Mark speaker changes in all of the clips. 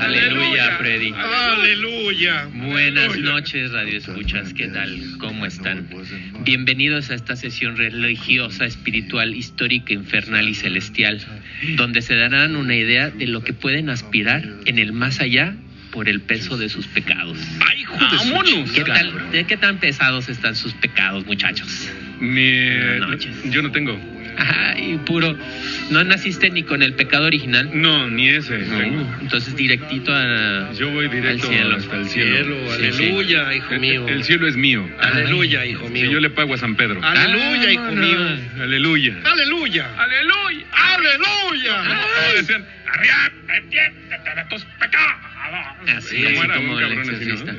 Speaker 1: Aleluya, Freddy.
Speaker 2: Aleluya.
Speaker 1: Buenas noches, Radio Escuchas. ¿Qué tal? ¿Cómo están? Bienvenidos a esta sesión religiosa, espiritual, histórica, infernal y celestial, donde se darán una idea de lo que pueden aspirar en el más allá por el peso de sus pecados.
Speaker 2: ¡Ay, hijo de su
Speaker 1: ¡Vámonos! ¿Qué,
Speaker 2: chingada,
Speaker 1: tal- de ¿Qué tan pesados están sus pecados, muchachos?
Speaker 2: Mi-
Speaker 1: Buenas noches.
Speaker 2: eh, Yo no tengo.
Speaker 1: Ay, puro. No naciste ni con el pecado original.
Speaker 2: No, ni ese. tengo.
Speaker 1: Entonces, directito a.
Speaker 2: Yo voy directo
Speaker 1: Al cielo.
Speaker 2: hasta el cielo.
Speaker 1: Sí, sí.
Speaker 3: Aleluya, hijo
Speaker 2: El-
Speaker 3: mío.
Speaker 2: El cielo es mío.
Speaker 3: Aleluya, hijo
Speaker 2: Si
Speaker 3: mío.
Speaker 2: yo le pago a San Pedro. Ah,
Speaker 3: Aleluya, hijo mío.
Speaker 2: Aleluya.
Speaker 3: Aleluya.
Speaker 2: Aleluya.
Speaker 3: Aleluya.
Speaker 2: Como decían, arrepiéntete de tus pecados.
Speaker 1: Así,
Speaker 2: Como
Speaker 1: así
Speaker 2: era
Speaker 1: como
Speaker 2: un
Speaker 1: el
Speaker 2: cabrón así, ¿no?
Speaker 1: exorcista.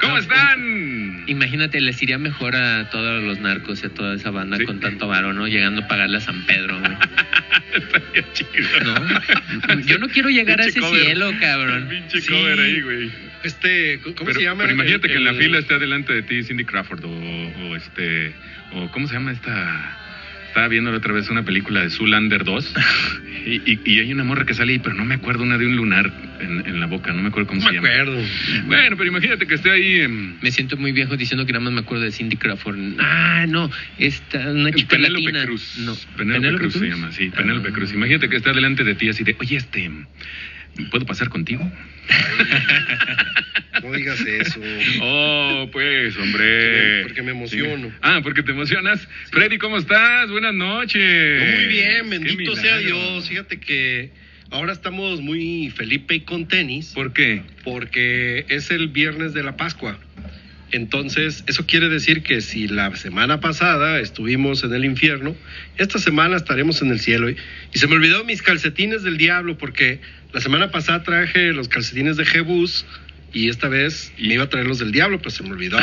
Speaker 2: ¿Cómo
Speaker 1: No,
Speaker 2: están?
Speaker 1: Imagínate, les iría mejor a todos los narcos y a toda esa banda
Speaker 2: Sí.
Speaker 1: con tanto varón, ¿no? Llegando a pagarle a San Pedro, güey.
Speaker 2: Estaría chido.
Speaker 1: No, yo no quiero llegar a
Speaker 2: Pinche
Speaker 1: ese
Speaker 2: cover.
Speaker 1: cielo, cabrón.
Speaker 2: El pinche
Speaker 1: Sí.
Speaker 2: cover ahí, güey.
Speaker 3: Este, ¿cómo
Speaker 2: pero,
Speaker 3: se llama?
Speaker 2: pero imagínate
Speaker 3: El-
Speaker 2: que en la
Speaker 3: el-
Speaker 2: fila esté adelante de ti Cindy Crawford o, o este o cómo se llama esta estaba viendo la otra vez una película de Zoolander 2 y, y- y hay una morra que sale ahí pero no me acuerdo una de un lunar en, en la boca no me acuerdo cómo
Speaker 3: No
Speaker 2: se
Speaker 3: me
Speaker 2: llama
Speaker 3: acuerdo.
Speaker 2: bueno pero imagínate que esté ahí em,
Speaker 1: Me siento muy viejo diciendo que nada más me acuerdo de Cindy Crawford. Ah, no, esta, una chica
Speaker 2: Eh, Penélope
Speaker 1: latina.
Speaker 2: Cruz
Speaker 1: No,
Speaker 2: Penélope, Cruz, se llama sí Penélope
Speaker 1: Ah.
Speaker 2: Cruz imagínate que esté adelante de ti así de oye este em, puedo pasar contigo
Speaker 3: No digas eso.
Speaker 2: Oh, pues, hombre.
Speaker 3: Porque me emociono.
Speaker 2: Sí. Ah, porque te emocionas. Freddy, ¿cómo estás? Buenas noches.
Speaker 3: Muy bien,
Speaker 2: Qué
Speaker 3: bendito sea
Speaker 2: milagro.
Speaker 3: Dios. Fíjate que ahora estamos muy Felipe y con tenis
Speaker 2: ¿Por qué?
Speaker 3: porque es el viernes de la Pascua. Entonces, eso quiere decir que si la semana pasada estuvimos en el infierno, esta semana estaremos en el cielo. Y, y se me olvidó mis calcetines del diablo porque la semana pasada traje los calcetines de Jebus y esta vez me iba a traer los del diablo, pero se me olvidó.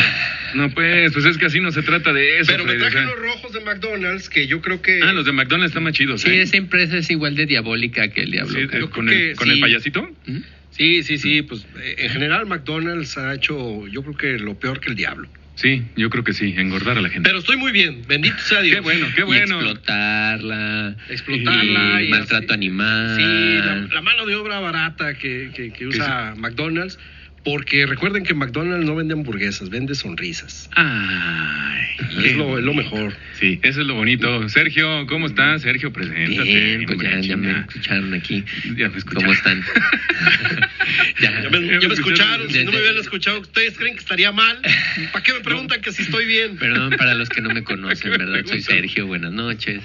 Speaker 2: No, pues, pues es que así no se trata de eso.
Speaker 3: Pero me
Speaker 2: Freddy, o
Speaker 3: traje
Speaker 2: sea.
Speaker 3: los rojos de McDonald's que yo creo que...
Speaker 2: Ah, los de McDonald's están más chidos.
Speaker 1: Sí,
Speaker 2: ¿eh?
Speaker 1: esa empresa es igual de diabólica que el diablo.
Speaker 2: Sí, eh,
Speaker 1: cabrón.
Speaker 2: con
Speaker 3: creo
Speaker 2: el,
Speaker 3: que
Speaker 2: con el
Speaker 3: sí.
Speaker 2: payasito.
Speaker 1: ¿Mm?
Speaker 3: Sí, sí, sí, pues eh, en general McDonald's ha hecho yo creo que lo peor que el diablo.
Speaker 2: Sí, yo creo que sí, engordar a la gente.
Speaker 3: Pero estoy muy bien, bendito sea Dios.
Speaker 2: qué bueno, qué bueno.
Speaker 1: Y explotarla.
Speaker 3: Explotarla
Speaker 1: y
Speaker 3: y
Speaker 1: maltrato
Speaker 3: así.
Speaker 1: animal.
Speaker 3: Sí, la,
Speaker 2: Mm.
Speaker 3: la mano de obra barata que, que- que usa McDonald's, porque recuerden que McDonald's no vende hamburguesas, vende sonrisas.
Speaker 2: Ay,
Speaker 3: Es lo, es lo mejor.
Speaker 2: Sí, eso es lo bonito. Sergio, ¿cómo estás? Sergio, preséntate.
Speaker 1: Bien, pues
Speaker 2: hombre,
Speaker 1: ya, ya me
Speaker 2: chingada.
Speaker 1: escucharon aquí.
Speaker 2: Ya me escucharon.
Speaker 1: ¿Cómo están?
Speaker 3: Ya me, ya me escucharon, si no me
Speaker 1: Desde-
Speaker 3: hubieran escuchado, ¿ustedes creen que estaría mal? ¿Para qué me preguntan que si estoy bien?
Speaker 1: Perdón para los que no me conocen,
Speaker 2: ¿Qué me
Speaker 1: ¿verdad? Soy
Speaker 2: preguntan?
Speaker 1: Sergio, buenas noches.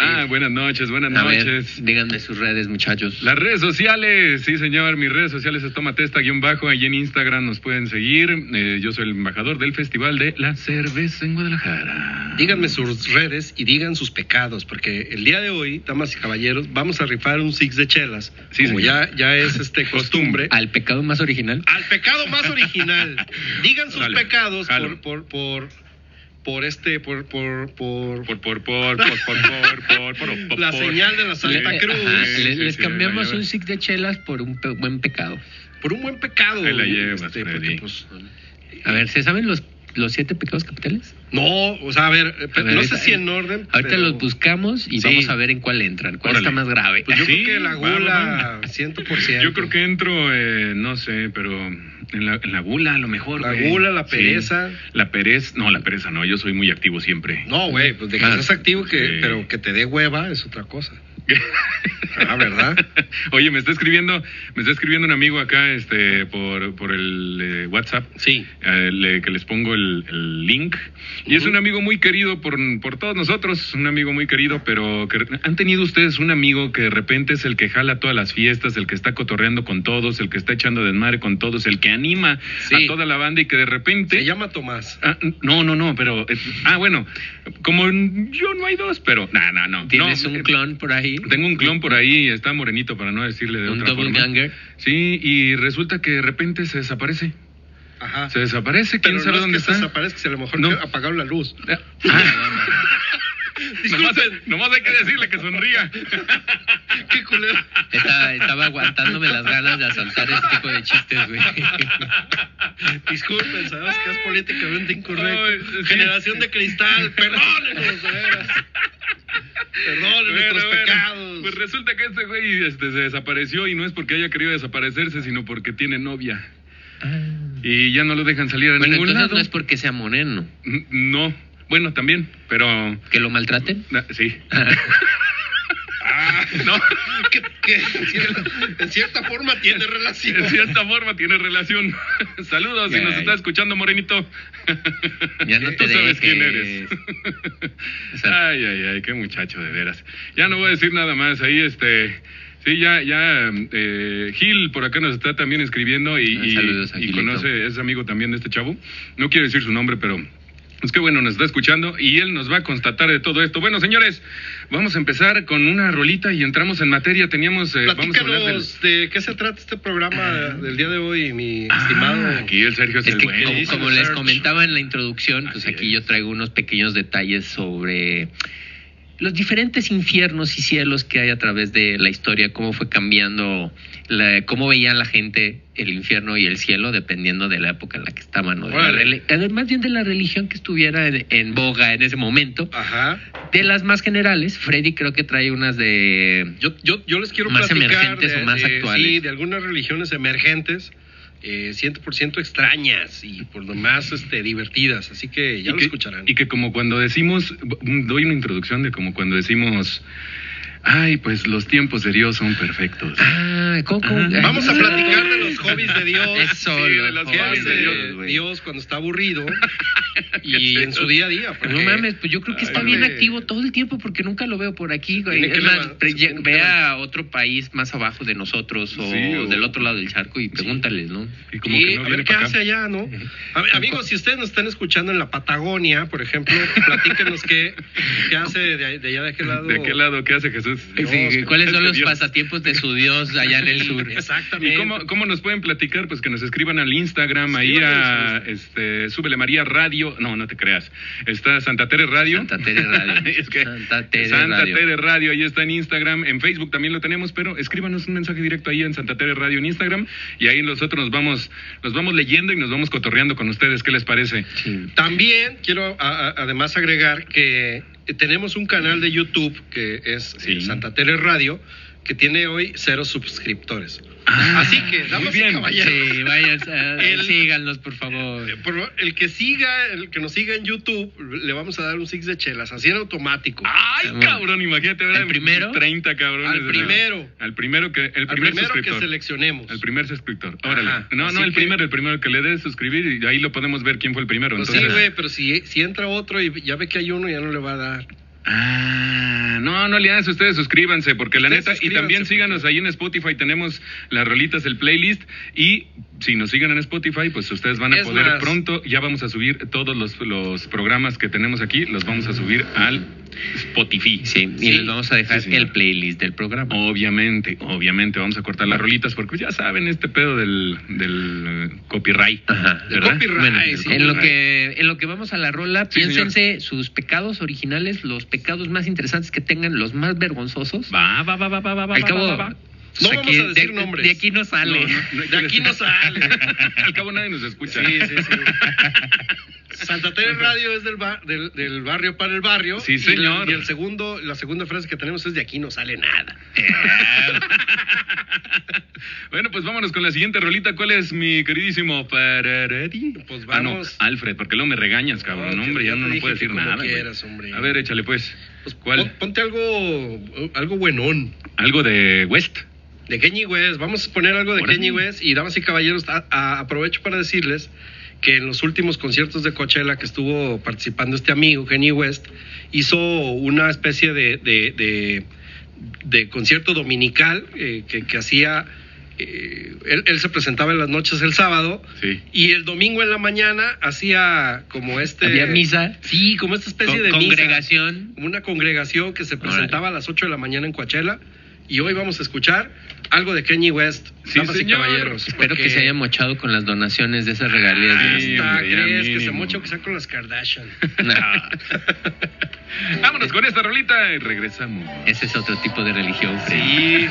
Speaker 2: Ah, buenas noches, buenas
Speaker 1: A ver,
Speaker 2: noches.
Speaker 1: díganme sus redes, muchachos.
Speaker 2: Las redes sociales, sí señor, mis redes sociales es tomatesta guión bajo, ahí en Instagram nos pueden seguir. Eh, yo soy el embajador del Festival de la Cerveza en Guadalajara.
Speaker 3: Díganme sus redes y digan sus pecados, porque el día de hoy, damas y caballeros, vamos a rifar un six de chelas.
Speaker 2: Sí,
Speaker 3: como
Speaker 2: señor.
Speaker 3: ya, ya es este costumbre.
Speaker 1: Al pecado más original.
Speaker 3: Al pecado más original. Digan sus
Speaker 2: Dale,
Speaker 3: pecados
Speaker 2: jalo.
Speaker 3: por, por, por, por este, por, por, por,
Speaker 2: Por, por, por, por, por, por, por, por, por,
Speaker 3: la
Speaker 2: por.
Speaker 3: señal de la Santa
Speaker 1: Le-
Speaker 3: Cruz.
Speaker 1: ajá,
Speaker 2: Sí,
Speaker 1: le-
Speaker 2: sí,
Speaker 1: les
Speaker 2: sí,
Speaker 1: cambiamos
Speaker 2: la lleva.
Speaker 1: un six de chelas por un pe- buen pecado.
Speaker 3: Por un buen pecado. este,
Speaker 2: Ahí la llevas, Freddy.
Speaker 3: pues,
Speaker 1: A ver, ¿se saben los, los siete pecados capitales?
Speaker 3: no, o sea, a ver, eh,
Speaker 1: A ver,
Speaker 3: no
Speaker 1: ahorita-
Speaker 3: sé si en orden.
Speaker 1: Ahorita
Speaker 3: pero-
Speaker 1: los buscamos y
Speaker 2: Sí.
Speaker 1: vamos a ver en cuál entran, cuál
Speaker 2: Órale.
Speaker 1: está más grave.
Speaker 3: Pues yo
Speaker 2: Sí,
Speaker 3: creo que la
Speaker 2: va,
Speaker 3: gula,
Speaker 2: va.
Speaker 3: 100%.
Speaker 2: Yo creo que entro, eh, no sé, pero en la, en la gula a lo mejor.
Speaker 3: La
Speaker 2: güey.
Speaker 3: gula, la
Speaker 2: Sí.
Speaker 3: pereza.
Speaker 2: La pereza, no, la pereza no, yo soy muy activo siempre.
Speaker 3: No, güey, pues de que
Speaker 1: Ah,
Speaker 3: seas activo, que,
Speaker 2: sí.
Speaker 3: pero que te dé hueva es otra cosa. Ah, ¿verdad?
Speaker 2: Oye, me está escribiendo, me está escribiendo un amigo acá, este, por, por el eh, WhatsApp.
Speaker 3: Sí.
Speaker 2: eh, le- que les pongo el, el link. Y es un amigo muy querido por, por todos nosotros, un amigo muy querido, pero que, ¿han tenido ustedes un amigo que de repente es el que jala todas las fiestas, el que está cotorreando con todos, el que está echando desmadre con todos, el que anima
Speaker 3: Sí.
Speaker 2: a toda la banda y que de repente...
Speaker 3: Se llama Tomás.
Speaker 2: Ah, no, no, no, pero... eh, ah, bueno, como yo no hay dos, pero... No, no, no.
Speaker 1: ¿Tienes
Speaker 2: No,
Speaker 1: un
Speaker 2: eh,
Speaker 1: clon por ahí?
Speaker 2: Tengo un clon por ahí, está morenito para no decirle de
Speaker 1: ¿Un
Speaker 2: otra
Speaker 1: double
Speaker 2: forma.
Speaker 1: ganger?
Speaker 2: Sí, y resulta que de repente se desaparece.
Speaker 3: Ajá.
Speaker 2: Se desaparece, quién
Speaker 3: Pero
Speaker 2: sabe
Speaker 3: no es
Speaker 2: dónde
Speaker 3: que
Speaker 2: está. Ah.
Speaker 3: Se desaparezca, a lo mejor
Speaker 2: No.
Speaker 3: que apagaron la luz.
Speaker 2: Ah, Nomás,
Speaker 3: Disculpen.
Speaker 2: nomás hay que decirle que sonría.
Speaker 3: Qué culero.
Speaker 1: Estaba, estaba aguantándome las ganas de asaltar este tipo de chistes, güey.
Speaker 3: Disculpen, sabemos que es políticamente incorrecto.
Speaker 2: Ay, sí.
Speaker 3: Generación de cristal, perdónenos, de veras. Perdonen
Speaker 2: Bueno,
Speaker 3: nuestros
Speaker 2: bueno,
Speaker 3: pecados.
Speaker 2: Pues resulta que este güey este, se desapareció y no es porque haya querido desaparecerse, sino porque tiene novia. Y ya no lo dejan salir a
Speaker 1: Ah. Bueno,
Speaker 2: ningún
Speaker 1: entonces
Speaker 2: lado.
Speaker 1: no es porque sea moreno.
Speaker 2: N- No, bueno, también, pero...
Speaker 1: ¿Que lo maltraten?
Speaker 2: na- Sí. Ah, no.
Speaker 3: que, que en, cierta, en cierta forma tiene relación.
Speaker 2: En cierta forma tiene relación. Saludos, si nos
Speaker 1: Ay.
Speaker 2: está escuchando, Morenito.
Speaker 1: Ya no te
Speaker 2: Tú
Speaker 1: dejes.
Speaker 2: sabes quién eres.
Speaker 1: O sea-
Speaker 2: ay, ay, ay, qué muchacho de veras. Ya no voy a decir nada más. Ahí este. Sí, ya, ya. eh, Gil por acá nos está también escribiendo y,
Speaker 1: Ah,
Speaker 2: y-
Speaker 1: saludos a
Speaker 2: y
Speaker 1: Gilito.
Speaker 2: conoce, es amigo también de este chavo. No quiero decir su nombre, pero. Es que bueno, nos está escuchando y él nos va a constatar de todo esto. Bueno, señores, vamos a empezar con una rolita y entramos en materia. Teníamos. eh, vamos a hablar del.
Speaker 3: Platícanos de qué se trata este programa del día de hoy, mi estimado.
Speaker 2: Ah, aquí el Sergio es,
Speaker 1: Es
Speaker 2: el
Speaker 1: que
Speaker 2: bueno.
Speaker 1: como,
Speaker 3: Buenísimo,
Speaker 1: como les
Speaker 3: Serge.
Speaker 1: comentaba en la introducción, pues
Speaker 2: Así
Speaker 1: aquí
Speaker 2: es.
Speaker 1: yo traigo unos pequeños detalles sobre los diferentes infiernos y cielos que hay a través de la historia, cómo fue cambiando, la- cómo veía la gente el infierno y el cielo dependiendo de la época en la que estaban, o de la
Speaker 2: Órale.
Speaker 1: reli- además bien de la religión que estuviera en, en boga en ese momento.
Speaker 3: Ajá.
Speaker 1: De las más generales, Freddy creo que trae unas de...
Speaker 3: Yo, yo, yo les quiero
Speaker 1: Más
Speaker 3: platicar
Speaker 1: emergentes
Speaker 3: de,
Speaker 1: o más
Speaker 3: de-
Speaker 1: actuales.
Speaker 3: sí, de algunas religiones emergentes, eh, 100% extrañas y por lo más este, divertidas. Así que ya
Speaker 2: y
Speaker 3: lo
Speaker 2: que,
Speaker 3: escucharán.
Speaker 2: y que como cuando decimos, mm, doy una introducción de como cuando decimos, ay, pues los tiempos de Dios son perfectos.
Speaker 1: Ah, ¿cómo- cómo?
Speaker 2: Ajá.
Speaker 3: Vamos a platicar de los hobbies de Dios.
Speaker 1: Eso,
Speaker 2: Sí, de
Speaker 1: los
Speaker 2: las
Speaker 3: ¿Qué
Speaker 1: hobbies
Speaker 3: hace
Speaker 1: de
Speaker 2: Dios,
Speaker 1: güey.
Speaker 3: Dios cuando está aburrido y en su día a día?
Speaker 1: Pues
Speaker 3: porque-
Speaker 1: No mames, pues yo creo que está
Speaker 3: Eh, Ay,
Speaker 1: bien
Speaker 3: güey.
Speaker 1: activo todo el tiempo porque nunca lo veo por aquí, güey.
Speaker 3: Tiene que
Speaker 1: Es más,
Speaker 3: levantar-
Speaker 1: pre-
Speaker 3: se tiene que
Speaker 1: ve
Speaker 3: levantar.
Speaker 1: a otro país más abajo de nosotros o,
Speaker 2: Sí, o-
Speaker 1: del otro lado del charco y pregúntales, ¿no?
Speaker 2: Y como
Speaker 3: Sí,
Speaker 2: que no
Speaker 3: a
Speaker 2: viene
Speaker 3: ver qué
Speaker 2: para
Speaker 3: hace
Speaker 2: acá.
Speaker 3: allá, ¿no? A ver, amigos, si ustedes nos están escuchando en la Patagonia, por ejemplo, platíquenos qué, qué hace de, ahí- de allá de aquel lado.
Speaker 2: ¿De qué lado? ¿Qué hace Jesús?
Speaker 3: Dios,
Speaker 1: Sí,
Speaker 3: que
Speaker 1: ¿Cuáles son
Speaker 2: este
Speaker 1: los
Speaker 2: Dios.
Speaker 1: pasatiempos de su Dios allá en el sur?
Speaker 3: Exactamente.
Speaker 2: ¿Y cómo, cómo nos pueden platicar? Pues que nos escriban al Instagram, ahí
Speaker 3: Escríbanos
Speaker 2: a
Speaker 3: al
Speaker 2: este, Súbele María Radio. No, no te creas. Está Santa Tere Radio.
Speaker 1: Santa Tere Radio.
Speaker 2: Es que-
Speaker 1: Santa Tere
Speaker 2: Santa
Speaker 1: Radio.
Speaker 2: Tere Radio, ahí está en Instagram. En Facebook también lo tenemos, pero escríbanos un mensaje directo ahí en Santa Tere Radio en Instagram. Y ahí nosotros nos vamos, nos vamos leyendo y nos vamos cotorreando con ustedes. ¿Qué les parece?
Speaker 1: Sí.
Speaker 3: También quiero a- a- además agregar que tenemos un canal de YouTube que es eh,
Speaker 2: Sí.
Speaker 3: Santa Tele Radio que tiene hoy cero suscriptores. Así que,
Speaker 2: Ah, muy
Speaker 3: damas y
Speaker 2: bien.
Speaker 3: caballeros,
Speaker 1: Sí, vayan, ah,
Speaker 3: El-
Speaker 1: síganos, por favor.
Speaker 3: eh, por favor, el que siga, el que nos siga en YouTube, le vamos a dar un six de chelas, así en automático.
Speaker 2: Ay, cabrón, imagínate, ¿verdad?
Speaker 1: ¿El primero?
Speaker 2: 30 cabrones.
Speaker 3: Al primero.
Speaker 2: Al primero que, el
Speaker 3: Al
Speaker 2: primer
Speaker 3: primero que
Speaker 2: suscriptor.
Speaker 3: seleccionemos.
Speaker 2: El primer suscriptor. Órale.
Speaker 3: Ajá.
Speaker 2: No, no,
Speaker 3: Así
Speaker 2: el
Speaker 3: que-
Speaker 2: primero, el primero que le des suscribir y ahí lo podemos ver quién fue el primero.
Speaker 3: Pues sí,
Speaker 2: entonces-
Speaker 3: güey, pero si, si entra otro y ya ve que hay uno, ya no le va a dar.
Speaker 2: Ah, no, no le hagas, ustedes suscríbanse, porque la
Speaker 3: Ustedes
Speaker 2: neta, y
Speaker 3: suscríbanse,
Speaker 2: también
Speaker 3: porque-
Speaker 2: síganos ahí en Spotify, tenemos las rolitas, el playlist, y si nos siguen en Spotify, pues ustedes van a
Speaker 3: Es
Speaker 2: poder
Speaker 3: más-
Speaker 2: pronto, ya vamos a subir todos los, los programas que tenemos aquí, los vamos a subir al Spotify.
Speaker 1: Sí, y les vamos a dejar
Speaker 2: Sí, señor.
Speaker 1: el playlist del programa.
Speaker 2: Obviamente, obviamente vamos a cortar las rolitas porque ya saben este pedo del, del eh, copyright.
Speaker 1: Ajá,
Speaker 3: El
Speaker 2: ¿verdad?
Speaker 3: copyright,
Speaker 1: Bueno,
Speaker 3: Ay, sí,
Speaker 1: en lo
Speaker 3: copyright.
Speaker 1: que en lo que vamos a la rola,
Speaker 2: Sí,
Speaker 1: piénsense sus pecados originales, los pecados más interesantes que tengan, los más vergonzosos.
Speaker 2: Va, va, va, va, va, va, va.
Speaker 1: Al cabo,
Speaker 2: va, va.
Speaker 1: pues,
Speaker 3: No vamos a
Speaker 1: de-
Speaker 3: decir
Speaker 1: de,
Speaker 3: nombres.
Speaker 1: de aquí no sale.
Speaker 2: No, no, no hay
Speaker 3: De
Speaker 2: que
Speaker 3: aquí no
Speaker 2: decir-
Speaker 3: sale.
Speaker 2: Al cabo nadie nos escucha.
Speaker 3: Sí, sí, sí. Santa Tere Radio es del, bar- del, del barrio para el barrio.
Speaker 2: Sí,
Speaker 3: y-
Speaker 2: señor.
Speaker 3: Y, el segundo, la segunda frase que tenemos es de aquí no sale nada.
Speaker 2: Bueno, pues vámonos con la siguiente rolita. ¿Cuál es mi queridísimo Ferretti?
Speaker 3: Pues
Speaker 2: Ah, no,
Speaker 3: vamos.
Speaker 2: Alfred, porque luego me regañas, cabrón.
Speaker 3: No,
Speaker 2: No, hombre,
Speaker 3: que- ya
Speaker 2: ya
Speaker 3: te
Speaker 2: no, no
Speaker 3: dije
Speaker 2: puedo decir
Speaker 3: que como
Speaker 2: nada. güey.
Speaker 3: quieras, hombre.
Speaker 2: A ver, échale pues.
Speaker 3: Pues, pon-
Speaker 2: ¿Cuál?
Speaker 3: Ponte algo, algo buenón.
Speaker 2: Algo de West.
Speaker 3: De Kenny West, vamos a poner algo de
Speaker 2: Órale.
Speaker 3: Kenny West y damas y caballeros, a- a- aprovecho para decirles que en los últimos conciertos de Coachella que estuvo participando este amigo, Kenny West, hizo una especie de, de, de- de concierto dominical eh, que, que hacía, eh, él, él se presentaba en las noches el sábado
Speaker 2: Sí.
Speaker 3: y el domingo en la mañana hacía como este...
Speaker 1: Había misa,
Speaker 3: Sí, como esta especie
Speaker 1: con-
Speaker 3: de misa
Speaker 1: congregación.
Speaker 3: una congregación que se
Speaker 1: Órale.
Speaker 3: presentaba a las 8 de la mañana en Coachella y hoy vamos a escuchar algo de Kanye West.
Speaker 2: Sí,
Speaker 3: damas y
Speaker 2: señor.
Speaker 3: caballeros.
Speaker 1: Espero que se haya mochado con las donaciones de esas regalías.
Speaker 3: Ah,
Speaker 2: Sí,
Speaker 3: está,
Speaker 2: hombre, ya
Speaker 3: crees que se
Speaker 2: mínimo.
Speaker 3: mocha que sea con las Kardashian.
Speaker 1: Nah,
Speaker 2: Vámonos con esta rolita y regresamos.
Speaker 1: ese es otro tipo de religión, Freddy.
Speaker 3: Sí.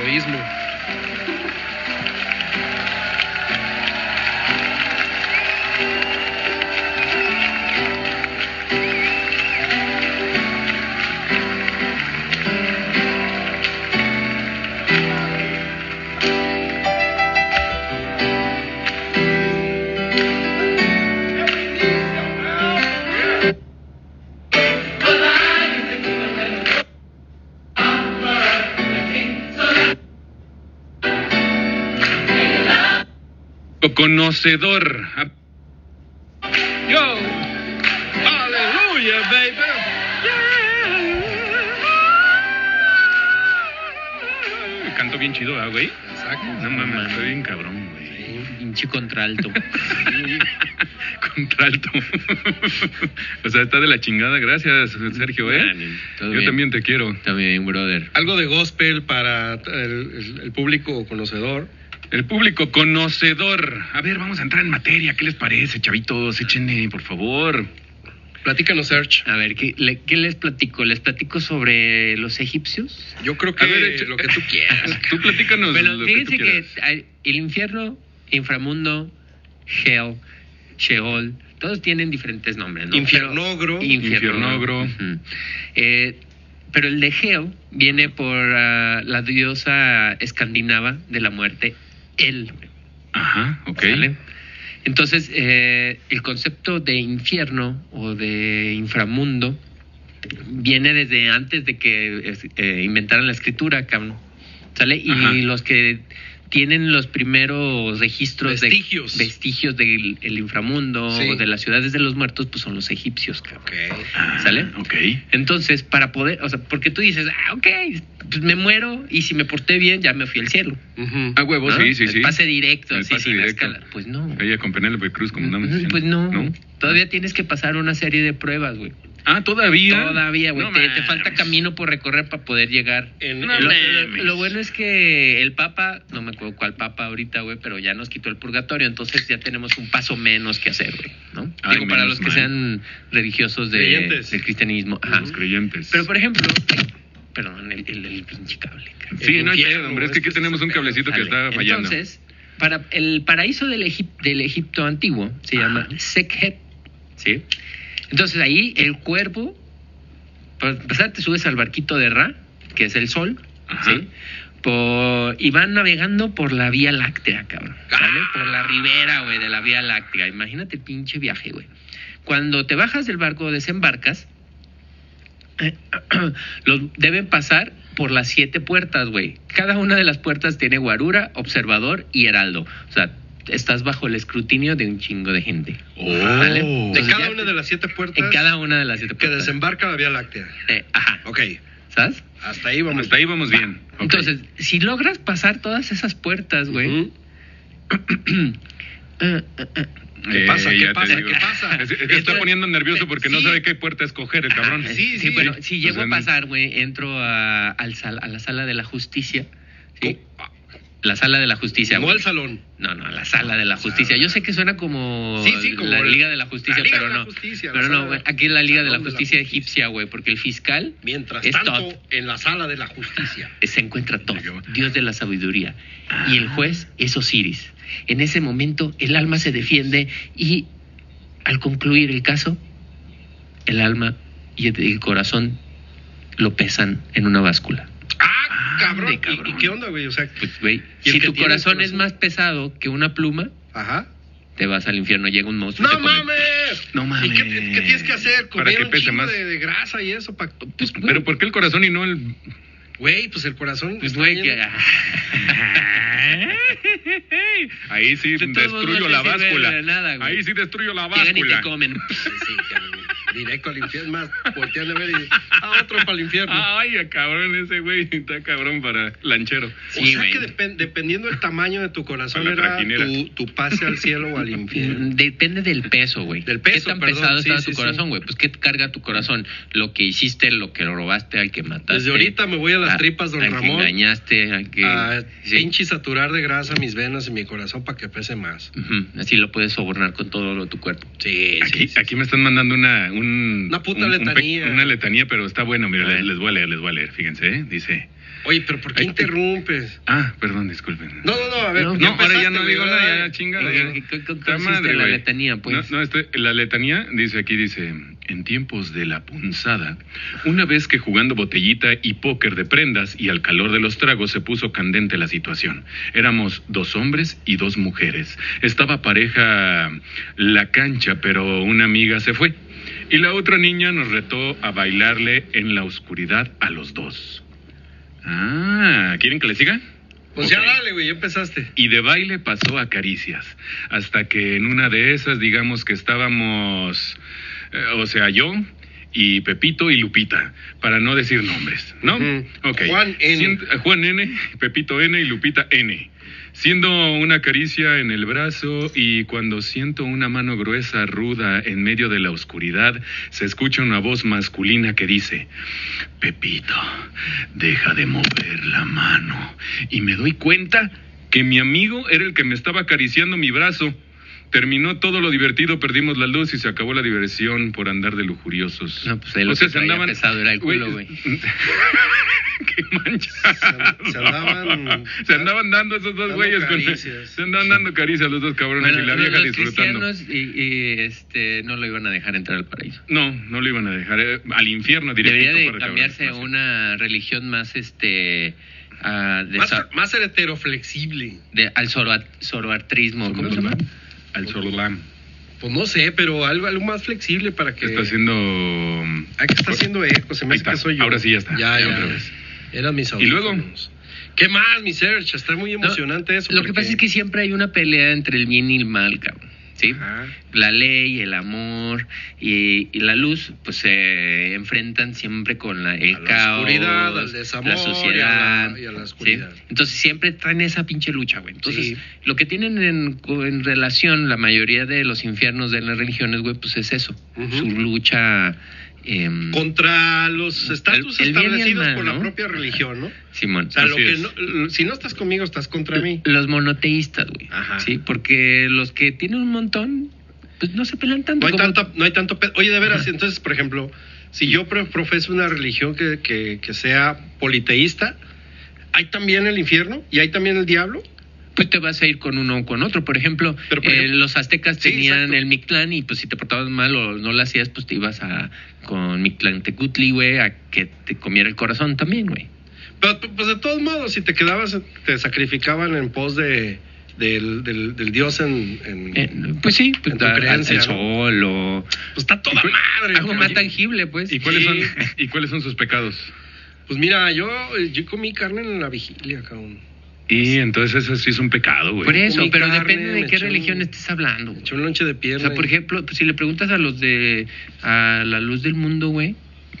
Speaker 3: Egoísmo.
Speaker 2: Conocedor. Yo. Aleluya, baby. Canto bien chido, ah, güey.
Speaker 3: Exacto.
Speaker 2: No mames, estoy bien cabrón, güey.
Speaker 1: Pinche contralto.
Speaker 2: Contralto. o sea, está de la chingada. Gracias, Sergio, ¿eh?
Speaker 1: Bueno, todo
Speaker 2: Yo
Speaker 1: bien.
Speaker 2: también te quiero.
Speaker 1: También, brother.
Speaker 3: Algo de gospel para el, el- el público conocedor.
Speaker 2: El público conocedor. A ver, vamos a entrar en materia. ¿Qué les parece, chavitos? Échenle, por favor.
Speaker 3: Platícanos, Serge.
Speaker 1: A ver, ¿qué, le- qué les platico? ¿Les platico sobre los egipcios?
Speaker 3: Yo creo que
Speaker 2: A ver, echa-
Speaker 3: lo que tú quieras.
Speaker 2: Tú platícanos.
Speaker 1: Bueno,
Speaker 2: lo que tú
Speaker 1: fíjense que,
Speaker 2: quieras.
Speaker 1: hay- el infierno, inframundo, hell, sheol, todos tienen diferentes nombres, ¿no?
Speaker 3: Infiernogro.
Speaker 1: Pero-
Speaker 2: Infiernogro.
Speaker 1: Ujú. Eh, pero el de Hel viene por ah, la diosa escandinava de la muerte, El.
Speaker 2: Ajá, ok.
Speaker 1: ¿Sale? Entonces, eh, el concepto de infierno o de inframundo viene desde antes de que es- eh, inventaran la escritura, cabrón. ¿Sale? Y
Speaker 2: Ajá.
Speaker 1: los que tienen los primeros registros
Speaker 3: Vestigios.
Speaker 1: de vestigios del el inframundo
Speaker 3: Sí.
Speaker 1: o de las ciudades de los muertos, pues son los egipcios, cabrón.
Speaker 3: Ok.
Speaker 1: ¿Sale?
Speaker 2: Ah, Ok.
Speaker 1: Entonces, para poder, o sea, porque tú dices, ah, ok, pues me muero y si me porté bien, ya me fui al cielo.
Speaker 3: Ujú.
Speaker 2: A huevo,
Speaker 1: ¿no?
Speaker 2: sí, sí,
Speaker 1: El
Speaker 2: sí.
Speaker 1: Pase directo,
Speaker 2: El
Speaker 1: así,
Speaker 2: pase
Speaker 1: sin la
Speaker 2: directo.
Speaker 1: escala. Pues no.
Speaker 2: Ella con Penélope Cruz, como andamos diciendo.
Speaker 1: Pues no. Todavía tienes que pasar una serie de pruebas, güey.
Speaker 2: Ah, todavía.
Speaker 1: Todavía, güey.
Speaker 2: No
Speaker 1: te, te
Speaker 2: mames.
Speaker 1: falta camino por recorrer para poder llegar.
Speaker 3: En-
Speaker 2: No
Speaker 3: en-
Speaker 1: Lo,
Speaker 2: mames.
Speaker 1: lo bueno es que el Papa, no me acuerdo cuál Papa ahorita, güey, pero ya nos quitó el purgatorio, entonces ya tenemos un paso menos que hacer, güey, ¿no?
Speaker 2: Ay,
Speaker 1: Digo, para los
Speaker 2: menos
Speaker 1: que
Speaker 2: mal.
Speaker 1: sean religiosos de,
Speaker 3: Creyentes.
Speaker 1: del cristianismo. Ajá.
Speaker 2: Los creyentes.
Speaker 1: Pero, por ejemplo, perdón, el, el, el pinche cable, cabrón.
Speaker 2: sí,
Speaker 3: el
Speaker 2: no hay
Speaker 3: infierno,
Speaker 2: pedo, hombre. Es
Speaker 3: es
Speaker 2: que
Speaker 3: que
Speaker 2: aquí tenemos un cablecito que
Speaker 1: este Sale.
Speaker 2: está fallando.
Speaker 1: Entonces, para el paraíso del, Egip- del Egipto antiguo se llama Sekhet. ¿sí? Entonces ahí el cuervo, para empezar te subes al barquito de Ra, que es el sol,
Speaker 2: Ajá.
Speaker 1: ¿sí? Por- y van navegando por la Vía Láctea, cabrón. ¿sale?
Speaker 3: Ah.
Speaker 1: Por la ribera, güey, de la Vía Láctea. Imagínate el pinche viaje, güey. Cuando te bajas del barco o desembarcas, los deben pasar por las siete puertas, güey. Cada una de las puertas tiene guarura, observador y heraldo. O sea, estás bajo el escrutinio de un chingo de gente.
Speaker 2: Oh.
Speaker 1: ¿Vale?
Speaker 3: En
Speaker 1: Entonces,
Speaker 3: cada
Speaker 1: ya-
Speaker 3: una de las siete puertas
Speaker 1: En cada una de las siete
Speaker 3: que
Speaker 1: puertas.
Speaker 3: desembarca la Vía Láctea.
Speaker 1: Eh, ajá.
Speaker 3: Ok,
Speaker 1: ¿Sabes?
Speaker 3: hasta ahí vamos.
Speaker 2: Hasta ahí vamos bien. Ok.
Speaker 1: pues, Entonces, si logras pasar todas esas puertas, güey.
Speaker 3: Ujú.
Speaker 1: eh, eh, eh,
Speaker 3: ¿Qué pasa? ¿Qué
Speaker 2: ya te
Speaker 3: pasa?
Speaker 2: digo.
Speaker 3: ¿Qué pasa?
Speaker 2: Es- es- Te
Speaker 1: Entonces-
Speaker 2: está poniendo nervioso porque no
Speaker 1: Sí.
Speaker 2: sabe qué puerta escoger el cabrón.
Speaker 1: Ah,
Speaker 3: sí,
Speaker 1: sí,
Speaker 3: sí.
Speaker 1: bueno, si
Speaker 2: O
Speaker 1: llego
Speaker 2: sea,
Speaker 1: a
Speaker 2: no-
Speaker 1: pasar, güey, entro a, al sal- a la sala de la justicia. ¿sí? La sala de la justicia.
Speaker 3: No
Speaker 1: güey.
Speaker 3: al salón.
Speaker 1: No, no, la sala de la justicia. Yo sé que suena como,
Speaker 3: Sí, sí, como
Speaker 1: la
Speaker 3: el-
Speaker 1: Liga de la Justicia,
Speaker 3: la Liga
Speaker 1: pero
Speaker 3: de la
Speaker 1: no.
Speaker 3: Justicia, la
Speaker 1: pero
Speaker 3: sala
Speaker 1: no,
Speaker 3: de
Speaker 1: güey,
Speaker 3: la-
Speaker 1: aquí es la Liga de la
Speaker 3: salón de la
Speaker 1: Justicia
Speaker 3: justicia.
Speaker 1: egipcia, güey, porque el fiscal
Speaker 3: Mientras
Speaker 1: es
Speaker 3: tanto,
Speaker 1: Thoth,
Speaker 3: en la sala de la justicia.
Speaker 1: eh, se encuentra todo, Dios de la sabiduría. Y el juez es Osiris. En ese momento el alma se defiende y al concluir el caso, el alma y el- el corazón lo pesan en una báscula.
Speaker 3: ¡Ah, cabrón!
Speaker 1: Ande,
Speaker 3: ¿Y-
Speaker 1: cabrón.
Speaker 3: ¿Y, qué onda, güey? O sea,
Speaker 1: Pues, güey,
Speaker 3: ¿Y el
Speaker 1: si
Speaker 3: que
Speaker 1: tu
Speaker 3: tiene el
Speaker 1: corazón, es
Speaker 3: corazón?
Speaker 1: más pesado que una pluma,
Speaker 3: ajá.
Speaker 1: te vas al infierno, llega un monstruo. y
Speaker 3: ¡No
Speaker 1: te come.
Speaker 3: mames!
Speaker 2: No mames.
Speaker 3: ¿Y qué, ti- qué tienes que hacer?
Speaker 2: Para
Speaker 3: ¿Comer
Speaker 2: que
Speaker 3: un
Speaker 2: pese
Speaker 3: chingo
Speaker 2: más.
Speaker 3: De, de grasa y eso? pa- pues, güey,
Speaker 2: Pero ¿por qué el corazón y no el
Speaker 3: güey, pues el corazón...
Speaker 1: Pues,
Speaker 3: está
Speaker 1: güey,
Speaker 3: lleno-
Speaker 1: que-
Speaker 2: Ah. Ahí sí
Speaker 1: De todos modos,
Speaker 2: destruyo
Speaker 1: no
Speaker 2: la
Speaker 1: te sirve de
Speaker 2: báscula.
Speaker 1: nada, güey.
Speaker 2: Ahí sí destruyo la
Speaker 1: Llegan y te
Speaker 2: báscula.
Speaker 1: comen.
Speaker 3: Sí, cabrón. Directo al infierno, más voltean a ver y a otro para el infierno.
Speaker 2: Ay, a cabrón ese güey, está cabrón para lanchero.
Speaker 3: o sea que depen- dependiendo del tamaño de tu corazón
Speaker 2: Para la
Speaker 3: era
Speaker 2: traquinera.
Speaker 3: tu, tu pase al cielo o al infierno.
Speaker 1: Mm, Depende del peso, güey.
Speaker 3: Del peso,
Speaker 1: ¿Qué tan
Speaker 3: perdón,
Speaker 1: pesado
Speaker 3: sí,
Speaker 1: está
Speaker 3: sí,
Speaker 1: tu
Speaker 3: sí.
Speaker 1: corazón, güey? Pues qué carga tu corazón. Lo que hiciste, lo que robaste, al que mataste.
Speaker 3: Desde ahorita me voy a las
Speaker 1: a-
Speaker 3: tripas, don
Speaker 1: al que
Speaker 3: Ramón.
Speaker 1: engañaste, al que...
Speaker 3: A
Speaker 1: sí.
Speaker 3: pinche saturar de grasa mis venas y mi corazón para que pese más.
Speaker 1: Ujú, Así lo puedes sobornar con todo lo de tu cuerpo.
Speaker 3: Sí,
Speaker 2: Aquí, aquí me están mandando una... un-
Speaker 3: Una puta
Speaker 2: un- un pe-
Speaker 3: letanía.
Speaker 2: una letanía, pero está bueno, mira,
Speaker 1: A ver.
Speaker 2: les, les voy a leer, les voy a leer, fíjense, ¿eh? dice...
Speaker 3: Oye, pero ¿por qué
Speaker 2: Ay,
Speaker 3: interrumpes?
Speaker 2: Ah, perdón, disculpen.
Speaker 3: No, no, no, a ver.
Speaker 1: No,
Speaker 3: ¿por qué
Speaker 2: No, ahora
Speaker 3: empezaste,
Speaker 2: ya no
Speaker 3: güey?
Speaker 2: digo
Speaker 3: Ahora
Speaker 2: nada,
Speaker 3: dale.
Speaker 2: ya chinga.
Speaker 1: ¿En
Speaker 2: ya.
Speaker 1: qué- qué- qué
Speaker 2: Está
Speaker 1: consiste la
Speaker 2: güey.
Speaker 1: letanía, pues?
Speaker 2: No, no, este- la letanía dice aquí, dice, en tiempos de la punzada, una vez que jugando botellita y póker de prendas y al calor de los tragos se puso candente la situación. Éramos dos hombres y dos mujeres. Estaba pareja la cancha, pero una amiga se fue. Y la otra niña nos retó a bailarle en la oscuridad a los dos. Ah, ¿quieren que le siga?
Speaker 3: Pues
Speaker 2: Ok.
Speaker 3: ya dale, güey, ya empezaste.
Speaker 2: Y de baile pasó a caricias, hasta que en una de esas, digamos que estábamos, eh, o sea, yo y Pepito y Lupita, para no decir nombres, ¿no?
Speaker 3: Ujú.
Speaker 2: Ok.
Speaker 3: Juan N.
Speaker 2: Sien- Juan N, Pepito N y Lupita N. Siendo una caricia en el brazo y cuando siento una mano gruesa, ruda, en medio de la oscuridad, se escucha una voz masculina que dice, Pepito, deja de mover la mano. Y me doy cuenta que mi amigo era el que me estaba acariciando mi brazo. Terminó todo lo divertido, perdimos la luz y se acabó la diversión por andar de lujuriosos.
Speaker 1: No, pues, ahí lo que traía pesado era el culo, güey.
Speaker 2: Qué mancha.
Speaker 3: Se- se andaban-
Speaker 2: Se andaban dando esos dos
Speaker 3: dando
Speaker 2: güeyes. con-
Speaker 3: caricias.
Speaker 2: se andaban dando caricias los dos cabrones
Speaker 1: Bueno,
Speaker 2: y la
Speaker 1: los-
Speaker 2: vieja
Speaker 1: los
Speaker 2: disfrutando.
Speaker 1: cristianos y, y, este, no lo iban a dejar entrar al paraíso.
Speaker 2: No, no lo iban a dejar. eh, al infierno directito.
Speaker 1: Debería de
Speaker 2: para
Speaker 1: cambiarse a
Speaker 2: cabrones.
Speaker 1: una religión más, este, ah, de
Speaker 3: Más, er,
Speaker 1: sa-
Speaker 3: más heteroflexible.
Speaker 1: de- al zoroa- zoroatrismo. ¿cómo se llama?
Speaker 2: Al Sorlam.
Speaker 3: Pues no sé, pero algo, algo más flexible para que.
Speaker 2: ¿Qué está haciendo? mm,
Speaker 3: Ay, que está haciendo eco, se me
Speaker 2: Ahí
Speaker 3: hace que
Speaker 2: está,
Speaker 3: soy yo.
Speaker 2: ahora sí ya está,
Speaker 3: Ya,
Speaker 2: ya
Speaker 3: ya.
Speaker 2: otra vez.
Speaker 3: Eran mis
Speaker 2: ¿Y luego?
Speaker 3: audífonos. ¿Qué más, mi Serge? Está muy
Speaker 1: No,
Speaker 3: emocionante eso.
Speaker 1: Lo que
Speaker 3: porque-
Speaker 1: pasa es que siempre hay una pelea entre el bien y el mal, cabrón. ¿Sí?
Speaker 3: Ajá.
Speaker 1: La ley, el amor y, y la luz, pues se enfrentan siempre con la, el
Speaker 3: A la
Speaker 1: caos,
Speaker 3: oscuridad, al desamor
Speaker 1: la sociedad.
Speaker 3: y a la- y a la
Speaker 1: ¿sí?
Speaker 3: oscuridad.
Speaker 1: Entonces siempre traen esa pinche lucha, güey. Entonces,
Speaker 3: Sí.
Speaker 1: lo que tienen en, en relación la mayoría de los infiernos de las religiones, güey, pues es eso.
Speaker 3: Ujú.
Speaker 1: Su lucha. em,
Speaker 3: Contra los estatus
Speaker 1: El- el bien y el
Speaker 3: establecidos
Speaker 1: mal,
Speaker 3: por la
Speaker 1: ¿no?
Speaker 3: propia religión, ¿no?
Speaker 1: Simón.
Speaker 3: O sea, lo
Speaker 2: Así
Speaker 3: que
Speaker 2: es.
Speaker 3: no- l- si no estás conmigo, estás contra mí.
Speaker 1: Los monoteístas, güey.
Speaker 3: Ajá.
Speaker 1: Sí, porque los que tienen un montón, pues no se pelean tanto.
Speaker 3: No hay
Speaker 1: como-
Speaker 3: tanto, no hay tanto pe- Oye, de veras, entonces, por ejemplo, si yo pro- profeso una religión que, que, que sea politeísta, ¿hay también el infierno? ¿Y hay también el diablo?
Speaker 1: Pues te vas a ir con uno o con otro. Por ejemplo,
Speaker 3: Pero, por
Speaker 1: eh,
Speaker 3: ejemplo-
Speaker 1: los aztecas
Speaker 3: Sí,
Speaker 1: tenían
Speaker 3: exacto.
Speaker 1: el Mictlán y pues si te portabas mal o no lo hacías, pues te ibas a con Mictlán Tecutli, güey, a que te comiera el corazón también, güey.
Speaker 3: Pero p- pues de todos modos, si te quedabas, te sacrificaban en pos de, del, del- del dios en... en-
Speaker 1: Eh, pues sí,
Speaker 3: En
Speaker 1: pues
Speaker 3: tu
Speaker 1: da-
Speaker 3: creencia,
Speaker 1: al
Speaker 3: ¿no?
Speaker 1: sol o
Speaker 3: Pues está toda
Speaker 2: ¿Y cuál-
Speaker 3: madre.
Speaker 1: algo
Speaker 3: cabrón.
Speaker 1: más tangible, pues.
Speaker 2: ¿Y cuáles,
Speaker 1: Sí.
Speaker 2: son, ¿Y cuáles son sus pecados?
Speaker 3: Pues mira, yo, eh, yo comí carne en la vigilia, cabrón.
Speaker 2: Y entonces eso sí es un pecado, güey.
Speaker 1: Por e- eso,
Speaker 3: Comí
Speaker 1: pero
Speaker 3: carne,
Speaker 1: depende de
Speaker 3: me
Speaker 1: qué
Speaker 3: eché un-
Speaker 1: religión estés hablando. güey.
Speaker 3: Eché un lonche de
Speaker 1: O
Speaker 3: pierna.
Speaker 1: sea, por
Speaker 3: y-
Speaker 1: ejemplo, pues, si le preguntas a los de a la luz del mundo, güey,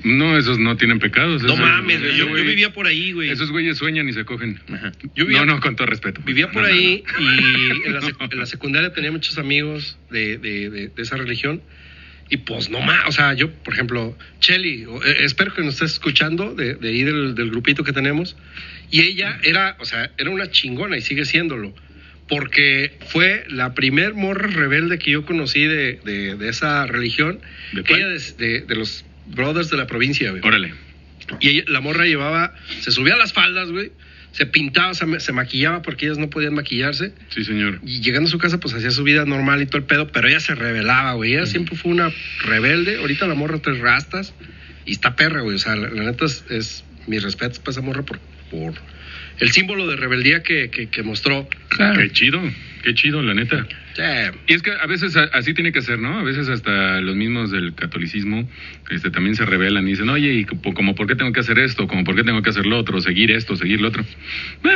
Speaker 2: No, esos no tienen pecados.
Speaker 3: No
Speaker 2: esos-
Speaker 3: mames,
Speaker 2: esos
Speaker 3: güey, yo, yo
Speaker 2: güey-
Speaker 3: vivía por ahí, güey.
Speaker 2: Esos güeyes sueñan y se cogen.
Speaker 1: ajá.
Speaker 3: Yo vivía-
Speaker 2: no, no, con todo respeto.
Speaker 3: Vivía
Speaker 2: No,
Speaker 3: por
Speaker 2: no,
Speaker 3: ahí
Speaker 2: no.
Speaker 3: y en la, sec- en la secundaria tenía muchos amigos de, de- de- de esa religión. Y pues no más, o sea, yo, por ejemplo, Chelly, o- eh, espero que nos estés escuchando de, de ahí del, del grupito que tenemos. Y ella era, o sea, era una chingona y sigue siéndolo. Porque fue la primer morra rebelde que yo conocí de, de- de esa religión.
Speaker 2: ¿De cuál?
Speaker 3: ella des- de, de los brothers de la provincia, güey.
Speaker 2: Órale.
Speaker 3: Y ella- la morra llevaba, se subía a las faldas, güey. Se pintaba, se, ma- se maquillaba porque ellas no podían maquillarse.
Speaker 2: Sí, señor.
Speaker 3: Y llegando a su casa, pues hacía su vida normal y todo el pedo, pero ella se rebelaba, güey. Ella siempre fue una rebelde. Ahorita la morra tres rastas y está perra, güey. O sea, la, la neta es, es mis respetos para esa morra por, por el símbolo de rebeldía que, que, que mostró.
Speaker 1: Claro.
Speaker 2: Qué chido. Qué chido, la neta.
Speaker 3: Eh,
Speaker 2: Y es que a veces a- así tiene que ser, ¿no? A veces hasta los mismos del catolicismo este, también se rebelan y dicen, oye, ¿y co- como por qué tengo que hacer esto? ¿Como por qué tengo que hacer lo otro? ¿Seguir esto? ¿Seguir lo otro? Eh,